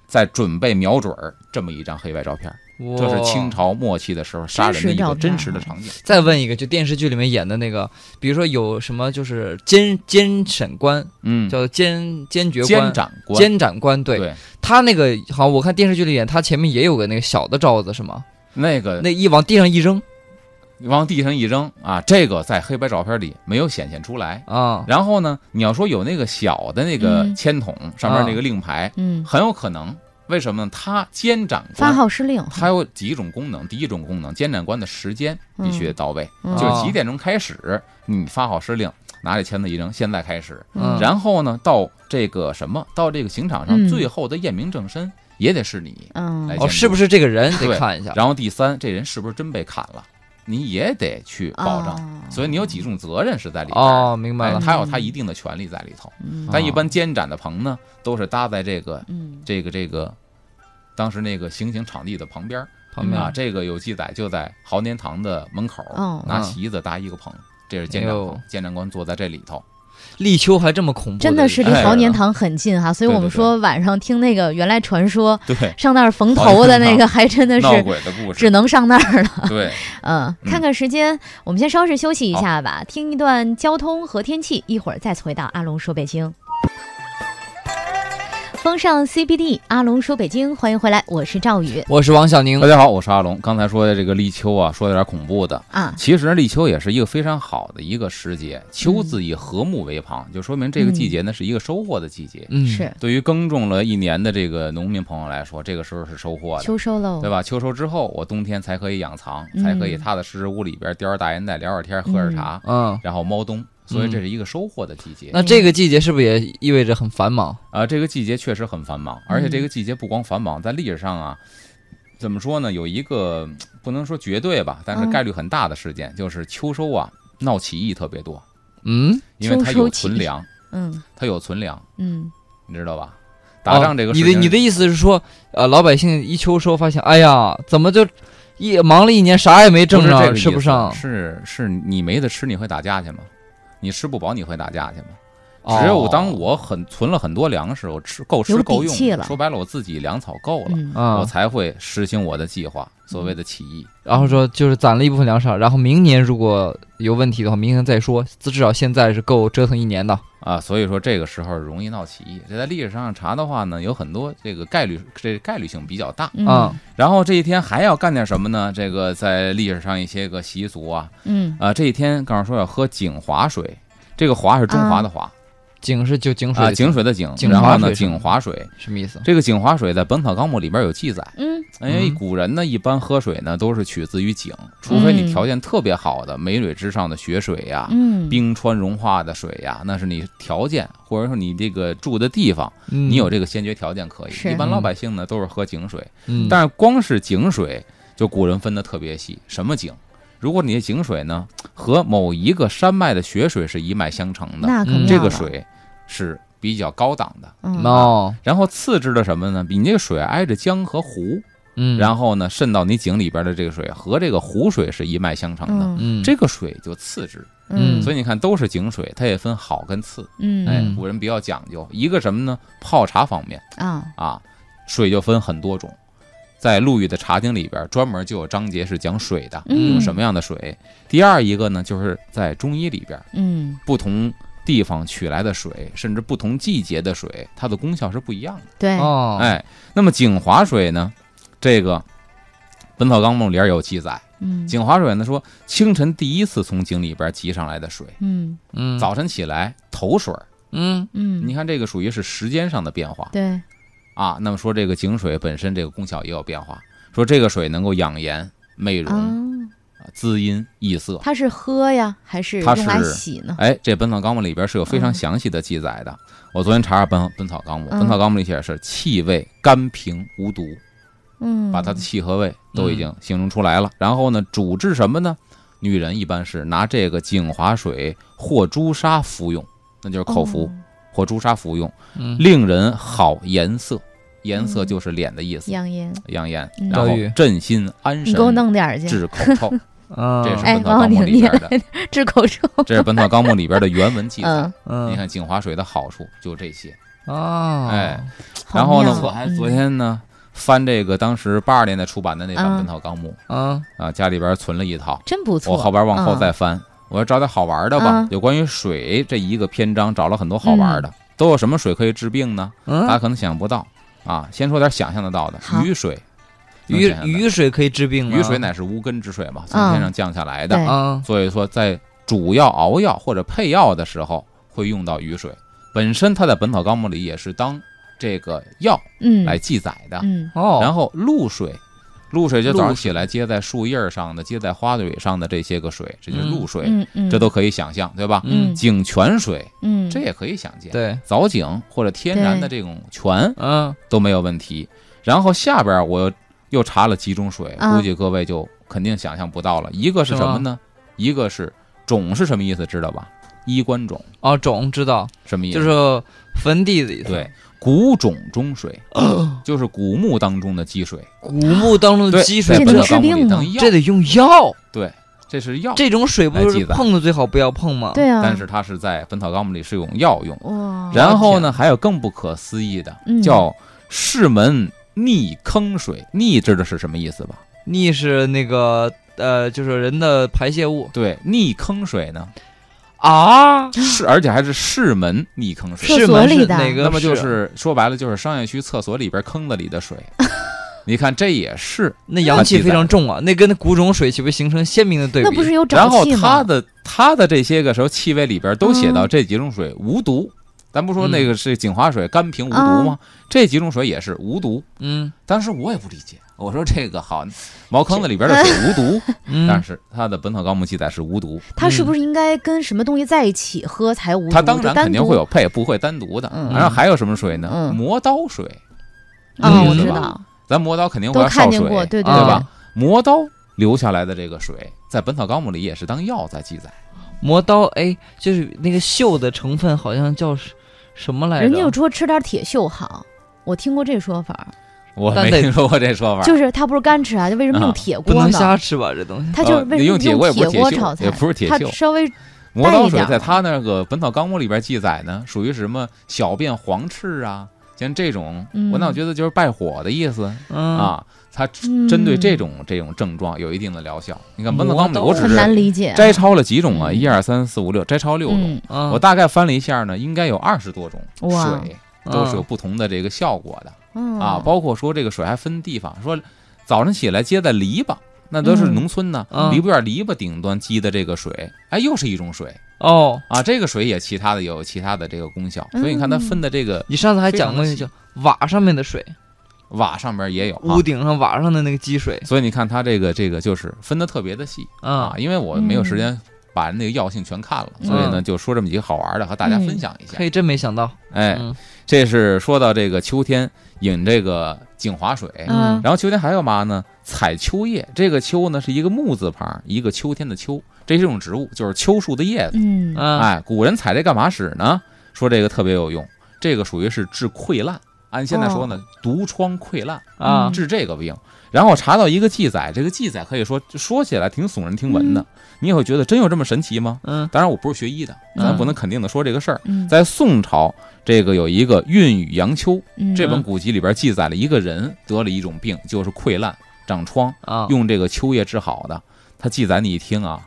S3: 在准备瞄准儿，这么一张黑白照片。
S2: 嗯，
S3: 这是
S2: 哇
S3: 清朝末期的时候杀人的一个真
S1: 真
S3: 实
S1: 实照片
S3: 的场景。
S2: 再问一个，就电视剧里面演的那个，比如说有什么就是监监审官，
S3: 嗯，
S2: 叫监监决官
S3: 监。斩官，
S2: 监斩官，对
S3: 对
S2: 他那个好像我看电视剧里演，他前面也有个那个小的罩子是吗？
S3: 那个
S2: 那一往地上一扔
S3: 往地上一扔啊，这个在黑白照片里没有显现出来。
S2: 啊，
S3: 然后呢，你要说有那个小的那个
S1: 嗯
S3: 铅筒上面那个令牌，
S1: 嗯，
S3: 很有可能，为什么呢？他监斩
S1: 发
S3: 官，
S1: 号施令，
S3: 它有几种功能。第一种功能，监斩官的时间必须得到位，
S1: 嗯
S3: 就是
S2: 哦
S3: 几点钟开始，你发号施令，拿这签子一扔，现在开始。
S2: 嗯
S3: 然后呢，到这个什么，到这个刑场上，
S1: 嗯
S3: 最后的验明正身也得是你。
S1: 嗯
S3: 来
S2: 哦，
S3: 监
S2: 是不
S3: 督
S2: 是这个人得
S3: 对
S2: 看一下？
S3: 然后第三，这人是不是真被砍了，你也得去报账。
S1: 啊
S3: 所以你有几种责任是在里边儿的。
S2: 哦，明白
S3: 哎
S2: 了，
S3: 他有他一定的权利在里头，
S1: 嗯
S3: 但一般监斩的棚呢，都是搭在这个
S1: 嗯
S3: 这个这个，当时那个行刑场地的旁边儿
S2: 旁边
S3: 啊，这个有记载，就在豪年堂的门口，
S1: 哦
S3: 拿席子搭一个棚，这是
S2: 嗯
S3: 监
S2: 哎
S3: 斩
S2: 呦
S3: 棚，监斩官坐在这里
S2: <laughs>
S3: 头。
S2: 立秋还这么恐怖，
S1: 真的是离
S3: 哎
S1: 豪年堂很近哈，所以我们说晚上听那个原来传说
S3: 对，
S1: 上那儿缝头的那个，还真的
S3: 闹
S1: 是
S3: 鬼的故
S1: 只
S3: 事，
S1: 能上那儿了。
S3: 对，
S1: <laughs>
S2: <laughs>
S1: 嗯，看看时间，我们先稍事休息一下吧，听一段交通和天气，一会儿再回到阿龙说北京。风尚 CBD，阿龙说北京，欢迎回来，我是赵宇
S2: 我是王小宁
S3: 大，家好，我是阿龙。刚才说的这个立秋啊，说有点恐怖的。
S1: 啊。
S3: 其实立秋也是一个非常好的一个时节，秋字
S1: 嗯
S3: 以禾木为旁，就说明这个季节呢是一个收获的季节。
S2: 嗯，
S1: 是
S3: 对于耕种了一年的这个农民朋友来说，这个时候是收获的。
S1: 秋收喽，
S3: 对吧？秋收之后，我冬天才可以养藏，
S1: 嗯
S3: 才可以踏踏实实屋里边叼着大烟袋聊会儿天，喝点茶，
S2: 嗯，
S3: 然后猫冬。所以
S1: 嗯
S3: 这是一个收获的季节啊、
S2: 那这个季节是不是也意味着很繁忙？
S3: 这个季节确实很繁忙，而
S1: 嗯
S3: 且这个季节不光繁忙，在历史上啊，怎么说呢？有一个嗯不能说绝对吧，但是
S1: 嗯
S3: 概率很大的事件，就是秋收啊闹起义特别多，
S2: 嗯，
S3: 因为它
S1: 秋收
S3: 有
S1: 起义
S3: 存粮，
S1: 嗯
S3: 它有存粮，
S1: 嗯，
S3: 你知道吧？打仗这个
S2: 哦
S3: 事
S2: 你
S3: 情、
S2: 的你的意思是说，呃，老百姓一秋收发现，哎呀，怎么就一忙了一年啥也没
S3: 不
S2: 挣
S3: 是这
S2: 着，
S3: 个
S2: 吃
S3: 意
S2: 啊不
S3: 思
S2: 上？
S3: 是是你没得吃，你会打架去吗？你吃不饱，你会打架去吗？
S2: 哦
S3: 只有当我很存了很多粮食，我吃够吃
S1: 有
S3: 够
S1: 底气
S3: 用，
S1: 了
S3: 说白了我自己粮草够了，
S1: 嗯
S2: 嗯
S3: 我，才会实行我的计划，所谓的起义。
S2: 然后说就是攒了一部分粮食，然后明年如果有问题的话，明年再说，至少现在是够折腾一年的。
S3: 啊，所以说这个时候容易闹起义，这在历史上查的话呢，有很多这个概率，这概率性比较大。
S2: 啊
S1: 嗯
S3: 然后这一天还要干点什么呢？这个在历史上一些个习俗啊，
S1: 嗯
S3: 啊，这一天刚才说要喝井华水，这个华是中华的华
S2: 井是就井水
S3: 啊，
S2: 的井
S3: 井水的井，
S2: 井
S3: 然后
S2: 华
S3: 呢，
S2: 水是
S3: 井华水，
S2: 什么意思？
S3: 这个井华水在《本草纲目》里边有记载。
S1: 嗯
S3: 哎，
S2: 嗯
S3: 古人呢一般喝水呢都是取自于井，除非
S1: 嗯
S3: 你条件特别好的梅水之上的雪水呀、
S1: 嗯，
S3: 冰川融化的水呀，那是你条件或者说你这个住的地方，
S2: 你
S3: 嗯你有这个先决条件可
S1: 是
S3: 以。一般老百姓呢都是喝井水，
S2: 嗯，
S3: 但是光是井水，就古人分的特别细，什么井？如果你的井水呢和某一个山脉的雪水是一脉相承的，嗯
S1: 那可
S2: 嗯
S1: 妙
S3: 这个
S1: 了
S3: 水是比较高档的。
S1: 嗯
S2: 哦，
S3: 然后次之的什么呢？比你这个水挨着江和湖，
S2: 嗯，
S3: 然后呢，渗到你井里边的这个水和这个湖水是一脉相承的，
S1: 嗯
S2: 嗯，
S3: 这个水就次之。
S1: 嗯，
S3: 所以你看，都是井水，它也分好跟次。
S1: 嗯
S3: 哎
S2: 嗯，
S3: 古人比较讲究，一个什么呢？泡茶方面
S1: 啊
S3: 啊，水就分很多种，在陆羽的《茶经》里边专门就有章节是讲水的，
S1: 嗯
S3: 用什么样的水。第二一个呢，就是在中医里边，
S1: 嗯
S3: 不同地方取来的水，甚至不同季节的水，它的功效是不一样的。
S1: 对
S2: 哦，
S3: 哎，那么井华水呢？这个《本草纲目》里边有记载，
S1: 嗯
S3: 井华水呢说，清晨第一次从井里边集上来的水，
S1: 嗯
S2: 嗯，
S3: 早晨起来头水儿。
S2: 嗯
S1: 嗯
S3: 你看这个属于是时间上的变化
S1: 对
S3: 啊。那么说这个井水本身这个功效也有变化，说这个水能够养颜、美容、
S1: 啊，
S3: 滋阴益色。
S1: 他是喝呀还是
S3: 它
S1: 用来
S3: 是
S1: 洗呢？
S3: 哎，这《本草纲目》里边是有非常
S1: 嗯
S3: 详细的记载的。我昨天查查本《本草纲目》，
S1: 嗯
S3: 本草纲目》里写的是气味甘平无毒，
S1: 嗯，
S3: 把它的气和味都已经形容出来了。然后呢，主治什么呢？女人一般是拿这个精华水或朱砂服用，那就是口服、
S1: 哦
S3: 或朱砂服用，
S2: 嗯，
S3: 令人好颜色。颜
S1: 嗯
S3: 色就是脸的意思，
S1: 养颜，
S3: 养颜，
S1: 嗯
S3: 然后
S2: 赵玉
S3: 镇心安
S1: 你
S3: 神
S1: 给，我弄点儿去， <laughs>
S3: 治口
S2: <laughs>
S3: 臭。
S2: 嗯，
S3: 这是
S1: 哎
S3: 本草纲目里边的，
S1: 治口臭。
S3: 这是本草纲目里边的原文记载。
S1: <laughs> 嗯，
S2: 嗯
S3: 你看镜华水的好处就这些。
S2: 啊，
S3: 哎，
S1: 好
S3: <laughs> 然后呢
S1: 妙，
S3: 我还
S1: 嗯
S3: 昨天呢翻这个当时八十年代出版的那版
S1: 嗯
S3: 《本草纲目
S2: 啊，》
S3: 啊，家里边存了一套，
S1: 真不错，
S3: 我后边往后
S1: 嗯
S3: 再翻，我要找点好玩的吧
S1: 嗯。
S3: 有关于水这一个篇章，找了很多好玩的，都有什么水可以治病呢？大家
S2: 嗯，
S3: 可能想象不到啊。先说点想象得到的
S1: 好，
S3: 雨水，
S2: 雨
S3: 能想象得到
S2: 雨水可以治病吗？
S3: 雨水乃是无根之水嘛，从天上降下来的
S1: 嗯对。
S2: 啊，
S3: 所以说，在主要熬药或者配药的时候会用到雨水。本身它在《本草纲目》里也是当这个药
S1: 嗯
S3: 来记载的。
S1: 嗯
S2: 哦，
S3: 然后露水，露水就
S2: 露
S3: 早上起来接在树叶上的、接在花蕊上的这些个水，这就是露水，
S1: 嗯嗯，
S3: 这都可以想象，对吧？
S1: 嗯
S3: 井泉水
S1: 嗯
S3: 这也可以想见，
S2: 对，
S3: 藻井或者天然的这种泉
S2: 嗯，
S3: 都没有问题。然后下边儿我又又查了几种水，
S1: 啊
S3: 估计各位就肯定想象不到了。一个是什么呢？一个是种是什么意思？知道吧？衣冠冢
S2: 哦，种知道，
S3: 什么意思？
S2: 就是坟地里头
S3: 对，古冢
S2: <coughs>
S3: 中水，就是古墓当中的积水。
S2: 古墓当中的
S3: 对，
S2: 积
S3: 在
S2: 水
S1: 这，
S3: 本
S1: 能治
S3: 草纲目
S1: 病
S3: 里
S1: 吗
S3: 当药
S2: 这，得用药，
S3: 对，这是药。
S2: 这种水不
S3: 来
S2: 是
S3: 记载
S2: 碰的最好不要碰吗？
S1: 对啊，
S3: 但是它是在《本草纲目》里是有药用。
S1: 哇，
S3: 然后呢，还有更不可思议的，
S1: 哦嗯
S3: 叫释门逆坑水。逆知道是什么意思吧？
S2: 逆是那个呃，就是人的排泄物
S3: 对，逆坑水呢
S2: 啊，
S3: 是，而且还是释门逆坑水。
S1: 厕
S2: 是
S1: 所
S2: 门
S1: 里
S2: 是
S1: 的
S2: 哪个？
S3: 那么就是说白了，就是商业区厕所里边坑子里的
S1: <laughs>
S3: 水。你看，这也是。
S2: 那阳气非常重啊，那跟那古种水岂不形成鲜明的对比？
S1: 那不是有
S3: 然
S1: 沼
S3: 后
S1: 气
S3: 它
S1: 吗？
S3: 的它的这些个时候气味里边都写到
S1: 嗯
S3: 这几种水无毒，咱不说那个是井华水甘平无毒吗？
S1: 嗯
S3: 这几种水也是无毒。
S2: 嗯
S3: 当时我也不理解，我说这个好，茅坑子里边的水无毒， <laughs> 但
S2: 嗯，
S3: 是它的《本草纲目》记载是无毒，
S1: 它是不是应该跟什么东西在一起喝才无毒？
S3: 它嗯当然
S1: 就单
S3: 肯定
S1: 独
S3: 会有配，不会单独的。
S1: 嗯
S3: 然后还有什么水呢？
S1: 嗯
S3: 磨刀水，
S1: 啊，我
S2: 嗯
S1: 知
S2: 是吧
S1: 道，
S3: 咱磨刀肯定会
S1: 都
S3: 要
S1: 看
S3: 烧
S1: 见
S3: 水，
S1: 过，对
S2: 对
S1: 对
S3: 吧？磨刀留下来的这个水，在《本草纲目》里也是当药在记载。
S2: 磨刀哎，就是那个溴的成分好像叫什什么来着？
S1: 人家有说吃点铁锈好，我听过这说法儿，
S3: 我
S2: 但
S3: 没
S2: 得
S3: 听说过这说法。
S1: 就是它不是干吃啊，就为什么用
S3: 啊
S1: 铁
S2: 不
S1: 锅
S2: 能
S1: 呢
S2: 瞎？吃吧，这东西。
S1: 它就是
S3: 呃
S1: 为
S3: 你
S1: 什么
S3: 用铁锅也不是铁
S1: 锅
S3: 锈
S1: 炒菜
S3: 也，不是铁
S1: 它
S3: 锈
S1: 稍微
S3: 磨
S1: 带一
S3: 刀水
S1: 点
S3: 在
S1: 儿
S3: 他那个《本草纲目》里边记载呢，属于什么小便黄赤啊，像这种，我那我
S1: 嗯
S3: 觉得就是败火的意思
S2: 嗯，
S3: 啊。它针对这
S1: 嗯
S3: 种这种症状有一定的疗效。你看《本草纲目》里，
S2: 磨刀
S3: 我只
S1: 很难
S3: 是
S1: 理解。
S3: 摘抄了几种啊，
S1: 嗯
S3: 一二三四五六，摘抄六种。
S1: 嗯，
S2: 嗯
S3: 我大概翻了一下呢，应该有二十多种
S1: 哇
S3: 水都是有不同的这个效果的。
S1: 嗯
S3: 啊，包括说这个水还分地方，说早晨起来接的篱笆，那都是
S1: 嗯
S3: 农村呢，
S2: 嗯
S3: 篱笆院篱笆顶端积的这个水，哎，又是一种水
S2: 哦，
S3: 啊，这个水也其他的有其他的这个功效，
S1: 嗯
S3: 所以你看它分的这个
S2: 你上次还讲过
S3: 非
S2: 那
S3: 常
S2: 叫瓦上面的水，
S3: 瓦上边也有啊
S2: 屋，顶上瓦上的那个积水
S3: 所以你看它这个这个就是分的特别的细啊
S2: 啊，，
S3: 因为我没有时间。把那个药性全看了，所以呢，就说这么几个好玩的和大家分享一下。
S2: 嘿，真没想到，
S3: 哎，
S2: 嗯
S3: 这是说到这个秋天饮这个井华水，
S1: 嗯
S3: 然后秋天还有嘛呢？采秋叶，这个秋呢是一个木字旁，一个秋天的秋，这是一种植物，就是秋树的叶子。
S1: 嗯
S2: 啊，
S3: 哎，古人采这干嘛使呢？说这个特别有用，这个属于是治溃烂，按现在说呢，毒疮溃烂
S2: 啊
S1: 嗯
S3: 治这个病。然后我查到一个记载，这个记载可以说说起来挺耸人听闻的，你也会觉得真有这么神奇吗？
S2: 嗯
S3: 当然，我不是学医的，咱不能肯定的说这个事儿。
S1: 嗯
S3: 在宋朝，这个有一个《孕与阳秋》，
S1: 嗯
S3: 这本古籍里边记载了一个人得了一种病，就是溃烂、长疮，
S2: 啊，
S3: 用这个秋叶治好的。他记载你一听啊，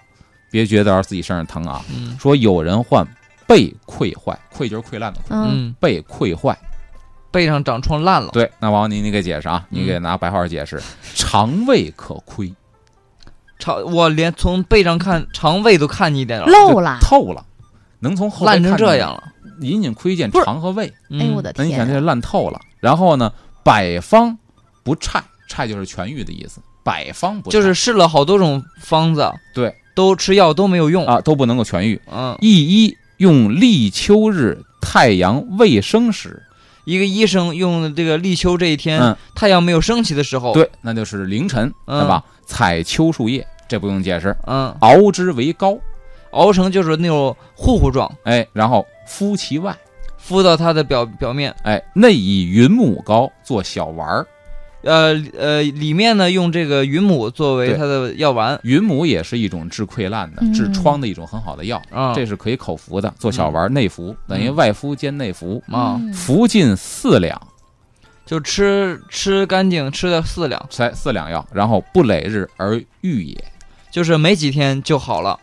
S3: 别觉得自己身上疼啊，
S2: 嗯
S3: 说有人患背溃坏，溃就是溃烂的溃，
S1: 嗯
S2: 嗯，
S3: 背溃坏。
S2: 背上长疮烂了，
S3: 对，那王您你给解释啊，你给拿白话解释，肠胃可亏，
S2: 肠我连从背上看肠胃都看见一点了，
S3: 嗯
S1: 漏了，
S3: 透了，能从后背
S2: 烂成
S3: 看出
S2: 这
S3: 来
S2: 样，了，
S3: 隐隐窥见
S1: 不是
S3: 肠和胃。
S2: 嗯
S1: 哎呦我的
S3: 那你想
S1: 天，
S3: 这烂透了，然后呢，百方不拆，拆就是痊愈的意思，百方不
S2: 就是
S3: 颤
S2: 试了好多种方子，
S3: 对，
S2: 都吃药都没有用，
S3: 啊都不能够痊愈。
S2: 嗯，
S3: 亦一用立秋日太阳未生时，
S2: 一个医生用这个立秋这一天，
S3: 嗯
S2: 太阳没有升起的时候，，
S3: 对，哦那就是凌晨，
S2: 嗯
S3: 对吧？采秋树叶，这不用解释，
S2: 嗯，
S3: 熬之为膏，
S2: 熬成就是那种糊糊状，
S3: 哎，然后敷其外，
S2: 敷到它的表表面，
S3: 哎，内以云母膏做小丸儿，
S2: 呃呃，里面呢用这个云母作为
S3: 对
S2: 它的药丸，
S3: 云母也是一种治溃烂的、
S1: 嗯
S3: 治疮的一种很好的药，
S2: 啊，
S3: 这是可以口服的，做小丸儿内服，等于外敷兼内服，
S2: 啊，
S1: 嗯
S3: 服进四两，
S2: 就吃吃干净，吃了四两，
S3: 才四两药，然后不累日而愈也。
S2: 就是没几天就好了，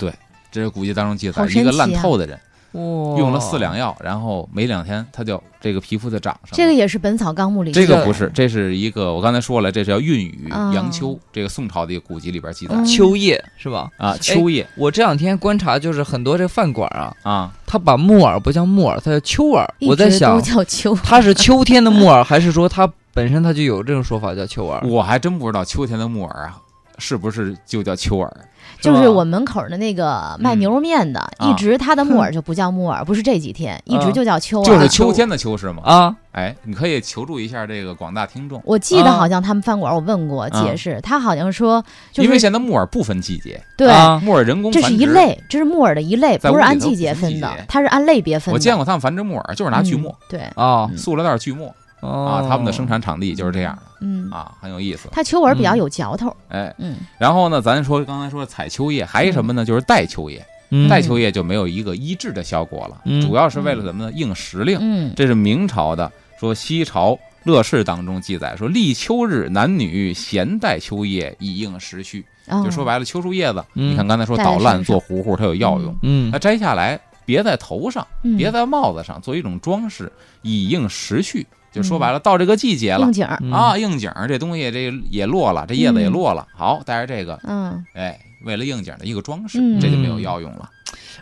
S3: 这是古籍当中记载，
S1: 好神奇啊
S3: 一个烂透的人用
S2: 用
S3: 了四，两药，然后没两天他就这个皮肤就长上了。
S1: 这个也是《本草纲目》里
S3: 这
S1: 的
S3: 个不是，这是一个我刚才说了，这是叫《闰语
S1: 哦
S3: ·杨秋》这个宋朝的一个古籍里边记载
S1: 嗯
S2: 秋叶是吧？
S3: 啊，秋叶
S2: 我这两天观察，就是很多这饭馆啊，
S3: 啊，
S2: 它把木耳不叫木耳，它叫秋耳。
S1: 一
S2: 我在
S1: 直
S2: 想
S1: 都，叫 <laughs> 秋。
S2: 它是秋天的木耳，还是说它本身它就有这种说法叫秋耳？
S3: 我还真不知道秋天的木耳啊，是不是就叫秋耳？
S1: 就
S2: 吧
S1: 是我门口儿的那个卖
S3: 嗯
S1: 牛肉面的，
S3: 啊
S1: 一直他的木耳就不叫木耳，不是这几天，一直就叫秋啊耳。
S3: 就是秋天的秋是吗？
S2: 啊，
S3: 哎，你可以求助一下这个广大听众，
S1: 我记得
S2: 啊
S1: 好像他们饭馆儿我问过
S3: 啊
S1: 解释，他好像说就
S3: 因为
S1: 是
S3: 现在木耳不分季节，
S1: 对，
S2: 啊
S3: 木耳人工
S1: 这
S3: 繁
S1: 是一
S3: 殖。
S1: 类，这是木耳的一类，
S3: 在
S1: 不
S3: 屋
S1: 是
S3: 里
S1: 按
S3: 头
S1: 季节
S3: 不
S1: 分
S3: 季
S1: 的
S3: 节，
S1: 它是按类别分的。
S3: 我见过他们繁殖木耳，就是拿锯末
S1: 嗯，对，
S2: 哦
S3: 嗯塑料袋锯末啊
S2: 哦，，
S3: 他们的生产场地就是这样的
S1: 嗯，
S3: 啊，很有意思。
S1: 它秋耳比较有嚼头，
S3: 哎，
S1: 嗯，
S3: 然后呢，咱说刚才说采秋叶，还有什么呢？就是带秋叶。
S2: 嗯
S3: 带秋叶就没有一个医治的效果了，
S2: 嗯
S3: 主要是为了什么呢？应时令。
S1: 嗯，
S3: 这是明朝的，说西朝乐事当中记载说，立秋日男女闲带秋叶以应时序，
S1: 哦
S3: 就说白了，秋树叶子，
S2: 嗯
S3: 你看刚才说
S1: 戴在
S3: 捣烂
S1: 身上
S3: 做糊糊，它有药用，
S2: 嗯
S3: 它摘下来别在头上，
S1: 嗯
S3: 别在帽子上，做一种装饰，以应时序。就说白了，到这个季节了
S1: 应。景儿，
S2: 嗯
S3: 啊，应景儿这东西这也落了，这叶子也落了。好，带着这个，
S1: 嗯，
S3: 哎，为了应景的一个装饰，
S1: 嗯
S3: 这就没有药用了。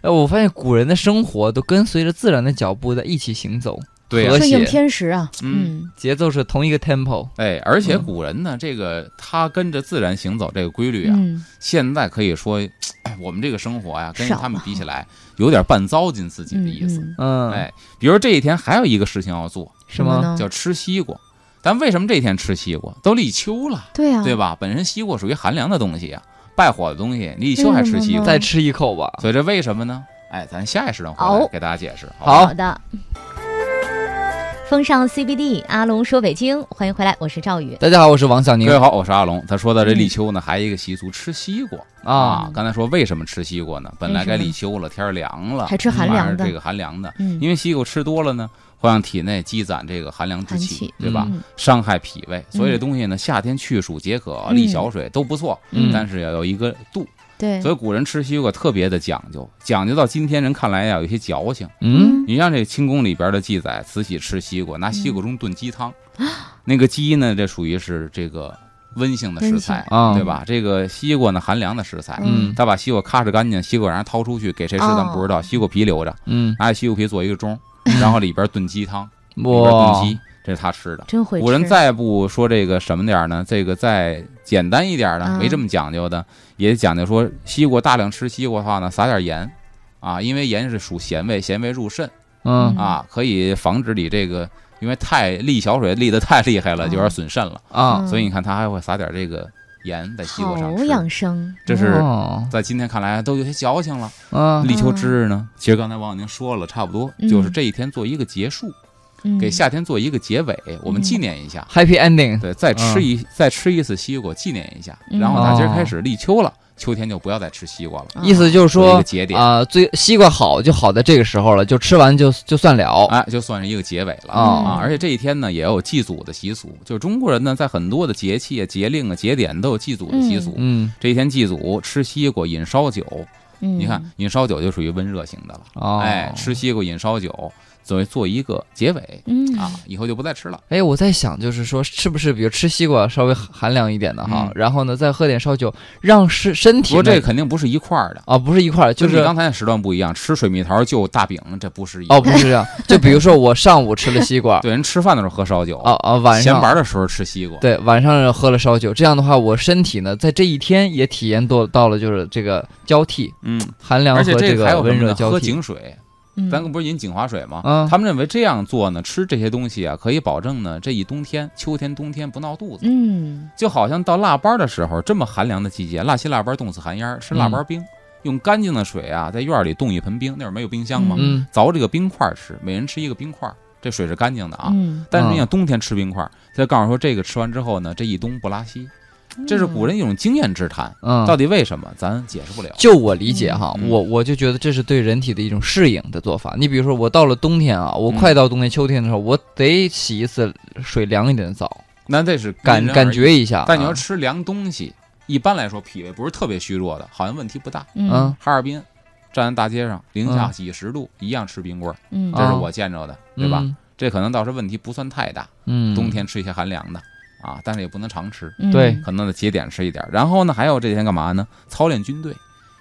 S2: 哎，我发现古人的生活都跟随着自然的脚步在一起行走，
S3: 对呀
S2: 和
S1: 顺应
S2: 谐
S1: 天时啊，
S3: 嗯
S1: 嗯，
S2: 节奏是同一个 tempo。
S3: 哎，而且
S2: 嗯
S3: 古人呢，这个他跟着自然行走这个规律啊，
S1: 嗯，
S3: 现在可以说，哎，我们这个生活呀、跟
S1: 少
S3: 他们
S1: 了
S3: 比起来，有点半糟践自己的
S1: 嗯
S3: 意思。
S1: 嗯嗯
S2: 嗯，
S3: 哎，比如这一天还有一个事情要做，
S2: 什
S1: 什么
S2: 么
S1: 呢？
S3: 叫吃西瓜。但为什么这一天吃西瓜？都立秋了，
S1: 对啊，
S3: 对吧？本身西瓜属于寒凉的东西啊，败火的东西，立秋还吃西
S1: 嗯
S3: 瓜，
S2: 再吃一口吧。
S3: 所以这为什么呢？哎，咱下一时段回来
S1: 好
S3: 给大家解释。好吧
S2: 好
S1: 好的。风尚 CBD，阿龙说北京，欢迎回来，我是赵宇。
S2: 大家好，我是王小宁
S3: 各位好，我是阿龙。他说到
S1: 嗯
S3: 这立秋呢，还有一个习俗吃西瓜
S2: 啊。
S3: 刚才说为什么吃西瓜呢？本来该
S1: 为什么
S3: 立秋了，天儿凉了，
S1: 还吃寒
S3: 反而
S1: 凉的
S3: 啊这个寒凉的，
S1: 嗯，
S3: 因为西瓜吃多了呢，会让体内积攒这个寒凉之
S1: 寒气
S3: 气，对吧？
S1: 嗯
S3: 伤害脾胃，所以这东西呢，夏天去暑解渴、
S1: 嗯嗯
S3: 利小水都不错，
S2: 嗯
S3: 但是要有一个度。
S1: 对，
S3: 所以古人吃西瓜特别的讲究，讲究到今天人看来呀，有一些矫情。
S2: 嗯，
S3: 你像这清宫里边的记载，慈禧吃西瓜，拿西
S1: 嗯
S3: 瓜中炖鸡汤，那个鸡呢，这属于是这个温性的食材
S1: 啊温，嗯
S2: 性啊
S3: 对吧？这个西瓜呢，寒凉的食材。
S2: 嗯
S3: 他把西瓜咔哧干净，西瓜瓤儿掏出去给谁吃
S1: 哦
S3: 咱不知道，西瓜皮留着，
S2: 嗯，
S3: 拿西瓜皮做一个盅，然后里边炖鸡汤，里边
S2: 哇
S3: 炖，鸡，这是他吃的。
S1: 真会吃。
S3: 古人再不说这个什么点儿呢？这个再简单一点儿呢
S1: 嗯，
S3: 没这么讲究的，也讲究说西瓜大量吃西瓜的话呢，撒点盐，啊，因为盐是属咸味，咸味入肾
S2: 嗯
S3: 啊，可以防止你这个因为太利小水利得太厉害了，
S1: 哦
S3: 有点损肾了。
S2: 啊，
S3: 所以你看他还会撒点这个盐在西瓜
S1: 嗯
S3: 上
S1: 好
S3: 吃，
S1: 养生，
S3: 这是
S2: 哦
S3: 在今天看来都有些矫情了。
S2: 啊，
S3: 立秋之日呢，其实刚才王小宁说了，差不多
S1: 嗯
S3: 就是这一天做一个结束，
S1: 嗯
S3: 给夏天做一个结尾，我们
S1: 嗯
S3: 纪念一下。
S2: Happy Ending，
S3: 对，再吃一、再吃一次西瓜，纪念一下。然后
S2: 嗯
S3: 打今儿
S2: 哦
S3: 开始立秋了，秋天就不要再吃西瓜了，
S1: 啊
S2: 意思就是
S3: 做一
S2: 说
S3: 个节点啊、
S2: 啊，最西瓜好就好在这个时候了，就吃完就就算了。
S3: 哎，就算是一个结尾了、
S2: 哦
S3: 啊。而且这一天呢，也有祭祖的习俗，就是中国人呢，在很多的节气啊、节令啊、节点都有祭祖的习俗。
S2: 嗯
S3: 这一天祭祖，吃西瓜，饮烧酒。
S1: 嗯
S3: 你看，饮烧酒就属于温热型的了。
S2: 哦，
S3: 哎，吃西瓜饮烧酒，作为做一个结尾
S1: 嗯
S3: 啊，以后就不再吃了。
S2: 哎，我在想，就是说，是不是比如吃西瓜稍微寒凉一点的哈
S3: 嗯，
S2: 然后呢，再喝点烧酒，让身身
S3: 不
S2: 体
S3: 过这
S2: 呢
S3: 肯定不是一块儿的，
S2: 啊不是一块儿，就
S3: 跟你
S2: 是
S3: 刚才的时段不一样，吃水蜜桃就大饼，这不是一
S2: 哦不是这样，就比如说我上午吃了西瓜，
S3: <laughs> 对人吃饭的时候喝烧酒
S2: 哦哦晚
S3: 闲
S2: 上
S3: 玩的时候吃西瓜，
S2: 对晚上喝了烧酒，这样的话，我身体呢在这一天也体验到到了就是这个交替
S3: 嗯，
S2: 寒凉
S3: 而且
S2: 和
S3: 这
S2: 个
S3: 还有什
S2: 温
S3: 么
S2: 热
S3: 呢？
S2: 交
S3: 喝
S2: 替
S3: 井水，
S1: 嗯
S3: 咱不是饮井华水吗？
S2: 嗯
S3: 他们认为这样做呢，吃这些东西啊，可以保证呢这一冬天、秋天、冬天不闹肚子。
S1: 嗯
S3: 就好像到腊八的时候，这么寒凉的季
S2: 嗯
S3: 节，腊七腊八冻死寒烟儿，吃腊八冰，用干净的水啊，在院儿里冻一盆冰，那会儿没有冰箱嘛，
S2: 嗯
S3: 凿这个冰块儿吃，每人吃一个冰块儿，这水是干净的啊。
S1: 嗯，
S3: 但是你
S2: 啊
S3: 想冬天吃冰块儿，他就告诉说这个吃完之后呢，这一冬不拉稀，这是古人一种经验之谈，
S2: 嗯，
S3: 到底为什么咱解释不了。
S2: 就我理解哈，
S3: 嗯
S2: 我我就觉得这是对人体的一种适应的做法。你比如说，我到了冬天啊，我
S3: 嗯
S2: 快到冬天、秋天的时候，我得洗一次水凉一点的澡，
S3: 那这是
S2: 感
S3: 因人而
S2: 感
S3: 异
S2: 觉一下啊。
S3: 但你要吃凉东西，一般来说脾胃不是特别虚弱的，好像问题不大。
S1: 嗯
S2: 嗯
S3: 哈尔滨站在大街上，零下
S2: 嗯
S3: 几十度，一样吃冰棍儿，
S1: 嗯
S3: 这是
S2: 啊
S3: 我见着的，对吧？
S2: 嗯？
S3: 这可能倒是问题不算太大，
S2: 嗯，
S3: 冬天吃一些寒凉的啊，但是也不能常吃，
S1: 嗯
S2: 对
S3: 可能得节点吃一点儿。然后呢，还有这天干嘛呢？操练军队，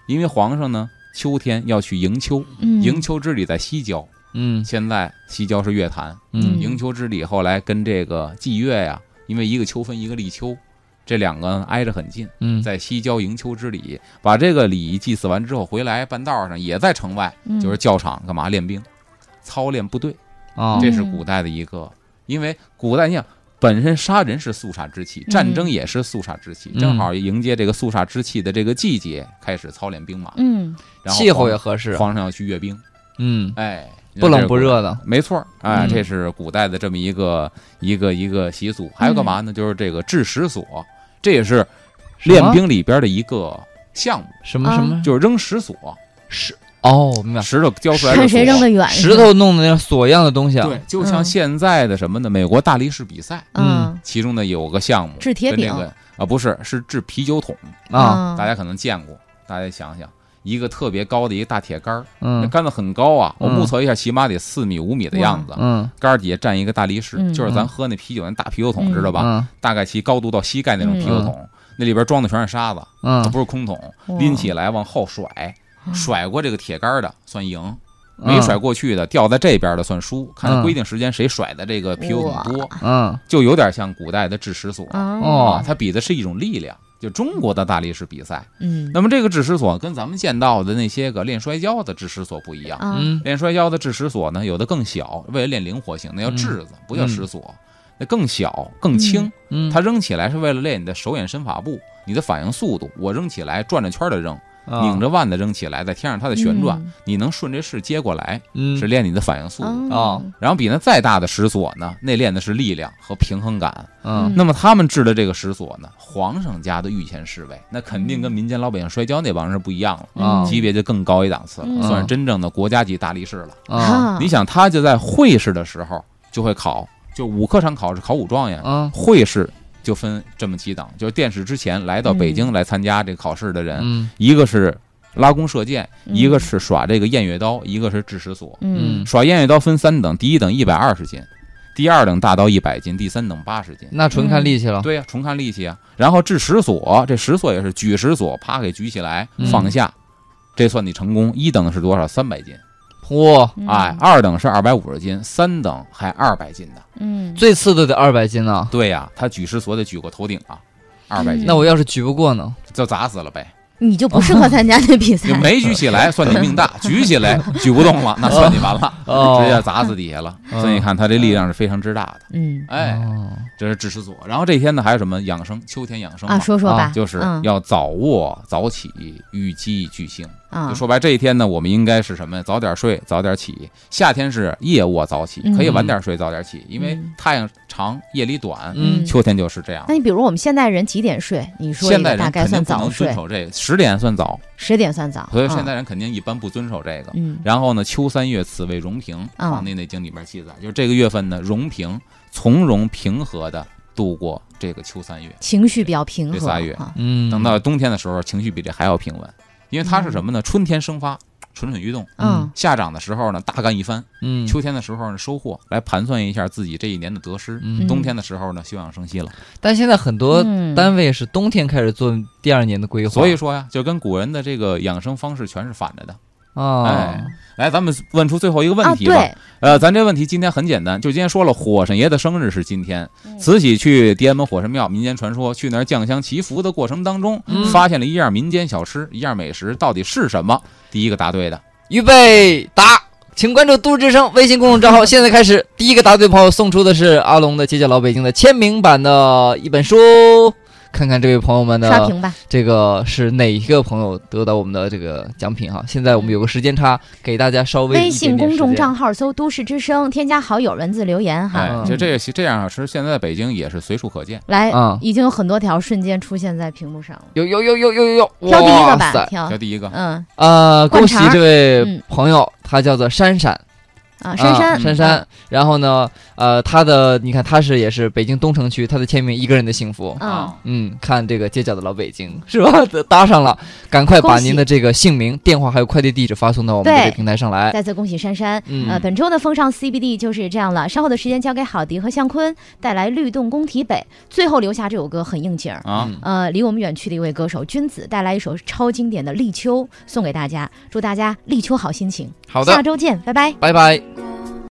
S3: 因为皇上呢秋天要去迎秋，
S1: 嗯
S3: 迎秋之礼在西郊，
S2: 嗯
S3: 现在西郊是乐坛，
S2: 嗯
S3: 迎秋之礼后来跟这个祭月呀、因为一个秋分一个立秋，这两个挨着很近，
S2: 嗯，
S3: 在西郊迎秋之礼，把这个礼仪祭祀完之后回来，半道上也在城外，
S1: 嗯
S3: 就是教场干嘛练兵，操练部队，
S2: 啊，
S3: 这是古代的一个，因为古代你想。本身杀人是肃杀之气，战争也是肃杀之气，
S2: 嗯
S3: 正好迎接这个肃杀之气的这个季节，开始操练兵马。
S1: 嗯
S3: 然后
S2: 气候也
S3: 皇
S2: 合适，
S3: 皇上要去阅兵，
S2: 嗯，
S3: 哎，你
S2: 不
S3: 看这
S2: 冷
S3: 是
S2: 不
S3: 古代
S2: 热的，
S3: 没错儿，哎，
S2: 嗯
S3: 这是古代的这么一个一个一个习俗。还有
S2: 嗯
S3: 干嘛呢？就是这个制石索，这也是
S2: 什
S3: 练
S2: 么
S3: 兵里边的一个项目，
S2: 什么
S1: 啊
S2: 什么
S3: 就是扔石索，
S2: 是哦，明白，
S3: 石头交出来
S1: 看
S3: 的
S1: 谁
S3: 索。
S1: 扔的远，
S2: 石头弄的那锁一样的东西啊，
S3: 对，就像
S1: 嗯
S3: 现在的什么呢？美国大力士比赛，
S1: 嗯
S3: 其中呢有个项目
S1: 掷铁
S3: 跟这
S1: 饼
S3: 个啊不是是掷啤酒桶，
S2: 啊，
S1: 嗯
S3: 大家可能见过，大家想想。一个特别高的一个大铁杆儿，那
S2: 嗯
S3: 杆子很高啊，我
S2: 嗯
S3: 目测一下，起码得四米五米的样子。
S2: 嗯，
S3: 杆儿底下站一个大力士，
S1: 嗯
S3: 就是咱
S2: 嗯
S3: 喝那啤酒那大啤酒桶，
S1: 嗯
S3: 知道吧？
S2: 吧？
S3: 大概其高度到膝盖那种啤酒桶，那里边装的全是沙子，它
S2: 嗯，
S3: 不是空桶，
S1: 哇嗯
S3: 拎起来往后甩，甩过这个铁杆的算赢，
S2: 嗯
S3: 没甩，过去的掉在这边的算输。看它规定时间谁甩的这个啤酒桶多，
S2: 嗯
S3: 就有点像古代的制石所啊
S1: 哦，
S3: 它比的是一种力量。就中国的大力士比赛，
S1: 嗯
S3: 那么这个制石所跟咱们见到的那些个练摔跤的制石所不一样。
S1: 啊
S2: 嗯
S3: 练摔跤的制石索呢，有的更小，为了练灵活性，那叫制子，不叫石索，那更小更轻。
S2: 嗯，
S3: 它扔起来是为了练你的手眼身法步，你的反应速度。我扔起来转着圈的扔，拧
S2: 着
S3: 着腕的扔起来，在天上它的旋
S1: 嗯
S3: 转，你能顺着势接过来，
S2: 嗯
S3: 是练你的反应速度。
S1: 哦
S3: 然后比那再大的石锁呢，那练的是力量和平衡感。
S2: 嗯
S3: 那么他们制的这个石锁呢，皇上家的御前侍卫，那肯定
S1: 嗯
S3: 跟民间老百姓摔跤那帮人是不一样了，
S2: 啊
S3: 级别就更高一档次
S1: 嗯
S3: 了，算是真正的国家级大力士了。
S2: 啊
S3: 你想，他就在会试的时候就会考，就五科场考试考武状元，
S2: 啊
S3: 会试就分这么几档，就是殿试之前来到北
S1: 嗯
S3: 京来参加这个考试的人，
S2: 嗯
S3: 一个是拉弓射箭，
S1: 嗯
S3: 一个是耍这个偃月刀，一个是制石锁。
S1: 嗯
S2: 嗯，
S3: 耍偃月刀分三等，第一等一百二十斤，第二等大刀一百斤，第三等八十斤。
S2: 那纯看力气了，
S3: 对呀、重看力气啊。然后制石锁，这石锁也是举石锁，啪给举起来
S2: 嗯
S3: 放下，这算你成功。一等是多少？三百斤。
S2: 哇，
S3: 哎，二等是二百五十斤，三等还二百斤呢。
S1: 嗯
S2: 最次的得二百斤呢，
S3: 对呀、他举石锁得举过头顶啊，二百斤，
S2: 嗯那我要是举不过呢？
S3: 就砸死了呗。
S2: <laughs>
S1: 你就不适合参加那比 <laughs> 赛
S3: 就没举起来，算你命大；举起来，举不动了，那算你完了，
S2: 哦
S3: 直接砸死底下了。
S2: 嗯
S3: 所以你看，他这力量是非常之大的。
S1: 嗯
S3: 哎，
S2: 哦
S3: 这是制石所。然后这天呢，还有什么养生？秋天养生
S1: 啊嗯
S3: 嘛，
S1: 说说吧
S3: 就是要早卧早起，御机聚兴。
S1: 啊
S3: 就说白，这一天呢，我们应该是什么呀？早点睡，早点起。夏天是夜卧早起，可以晚点睡，早点起，因为
S1: 嗯
S3: 太阳长，夜里短。
S2: 嗯
S3: 秋天就是这样
S1: 那。你比如我们现代人几点睡？你说
S3: 现
S1: 一
S3: 代
S1: 个
S3: 人
S1: 大概
S3: 肯
S1: 算
S3: 定不
S1: 早
S3: 能
S1: 睡，
S3: 遵守这十点算早，
S1: 十点算早。
S3: 所以现代
S1: 啊
S3: 人肯定一般不遵守这个。
S1: 嗯
S3: 然后呢，秋三月，此谓荣平，《
S1: 嗯
S3: 黄帝内经》里面记载，就是这个月份呢，荣平从容平和的度过这个秋三月。
S1: 情绪比较平
S3: 这
S1: 和
S3: 仨月
S1: 啊
S2: 嗯，
S3: 等到冬天的时候，情绪比这还要平稳，因为它是什么呢？春天生发，蠢蠢欲动；
S1: 嗯
S3: 夏长的时候呢，大干一番；
S2: 嗯
S3: 秋天的时候呢，收获。来盘算一下自己这一年的得失。
S2: 嗯
S3: 冬天的时候呢，休养生息了。
S2: 但现在很多
S1: 嗯
S2: 单位是冬天开始做第二年的规划，
S3: 所以说呀，就跟古人的这个养生方式全是反着的。
S2: 啊
S3: 哎，来，咱们问出最后一个问
S1: 啊
S3: 题吧。
S1: 对，
S3: 呃，咱这问题今天很简单，就今天说了，火神爷的生日是今天。
S2: 嗯
S3: 慈禧去地安门火神庙，民间传说去那儿降香祈福的过程当中，
S2: 嗯
S3: 发现了一样民间小吃，一样美食，到底是什么？第一个答对的，
S2: 预备打，请关注都市之声微信公众
S1: <laughs>
S2: 账号。现在开始，第一个答对的朋友送出的是阿龙的《街角老北京》的签名版的一本书。看看这位朋友们
S1: 刷
S2: 的
S1: 屏吧。
S2: 这个是哪一个朋友得到我们的这个奖品哈？现在我们有个时间差，给大家稍微
S1: 微
S2: 一
S1: 信
S2: 点点
S1: 公众
S2: 时间
S1: 账号搜“都市之声”，添加好友，文字留言哈。
S3: 哎
S2: 嗯，
S3: 就这个这样啊，其实现在北京也是随处可见。
S1: 来，
S2: 嗯
S1: 已经有很多条瞬间出现在屏幕上了。
S2: 有有有有有有有，
S1: 挑第一个
S2: 哇塞
S1: 吧，挑
S3: 挑。第一个，
S1: 嗯
S2: 呃，
S1: 灌
S2: 恭喜
S1: 肠儿
S2: 这位
S1: 嗯
S2: 朋友，他叫做珊珊，
S1: 啊，珊
S2: 啊
S3: 嗯
S1: 珊，
S2: 珊珊。然后呢，呃，他的你看，他是也是北京东城区，他的签名《一个人的幸福》。
S1: 嗯，
S2: 嗯，看这个街角的老北京 <laughs> 是吧？搭上了，赶快把
S1: 恭喜
S2: 您的这个姓名、电话还有快递地址发送到我们的
S1: 对
S2: 这个平台上来。
S1: 再次恭喜珊珊。
S2: 哎嗯
S1: 呃，本周的风尚 CBD 就是这样了。稍后的时间交给郝迪和向坤，带来《律动宫体北》，最后留下这首歌很应景儿。
S3: 啊，
S2: 嗯
S1: 呃，离我们远去的一位歌手君子带来一首超经典的《立秋》，送给大家，祝大家立秋好心情。
S2: 好
S1: 下
S2: 的，
S1: 周见，拜拜。
S2: 拜拜。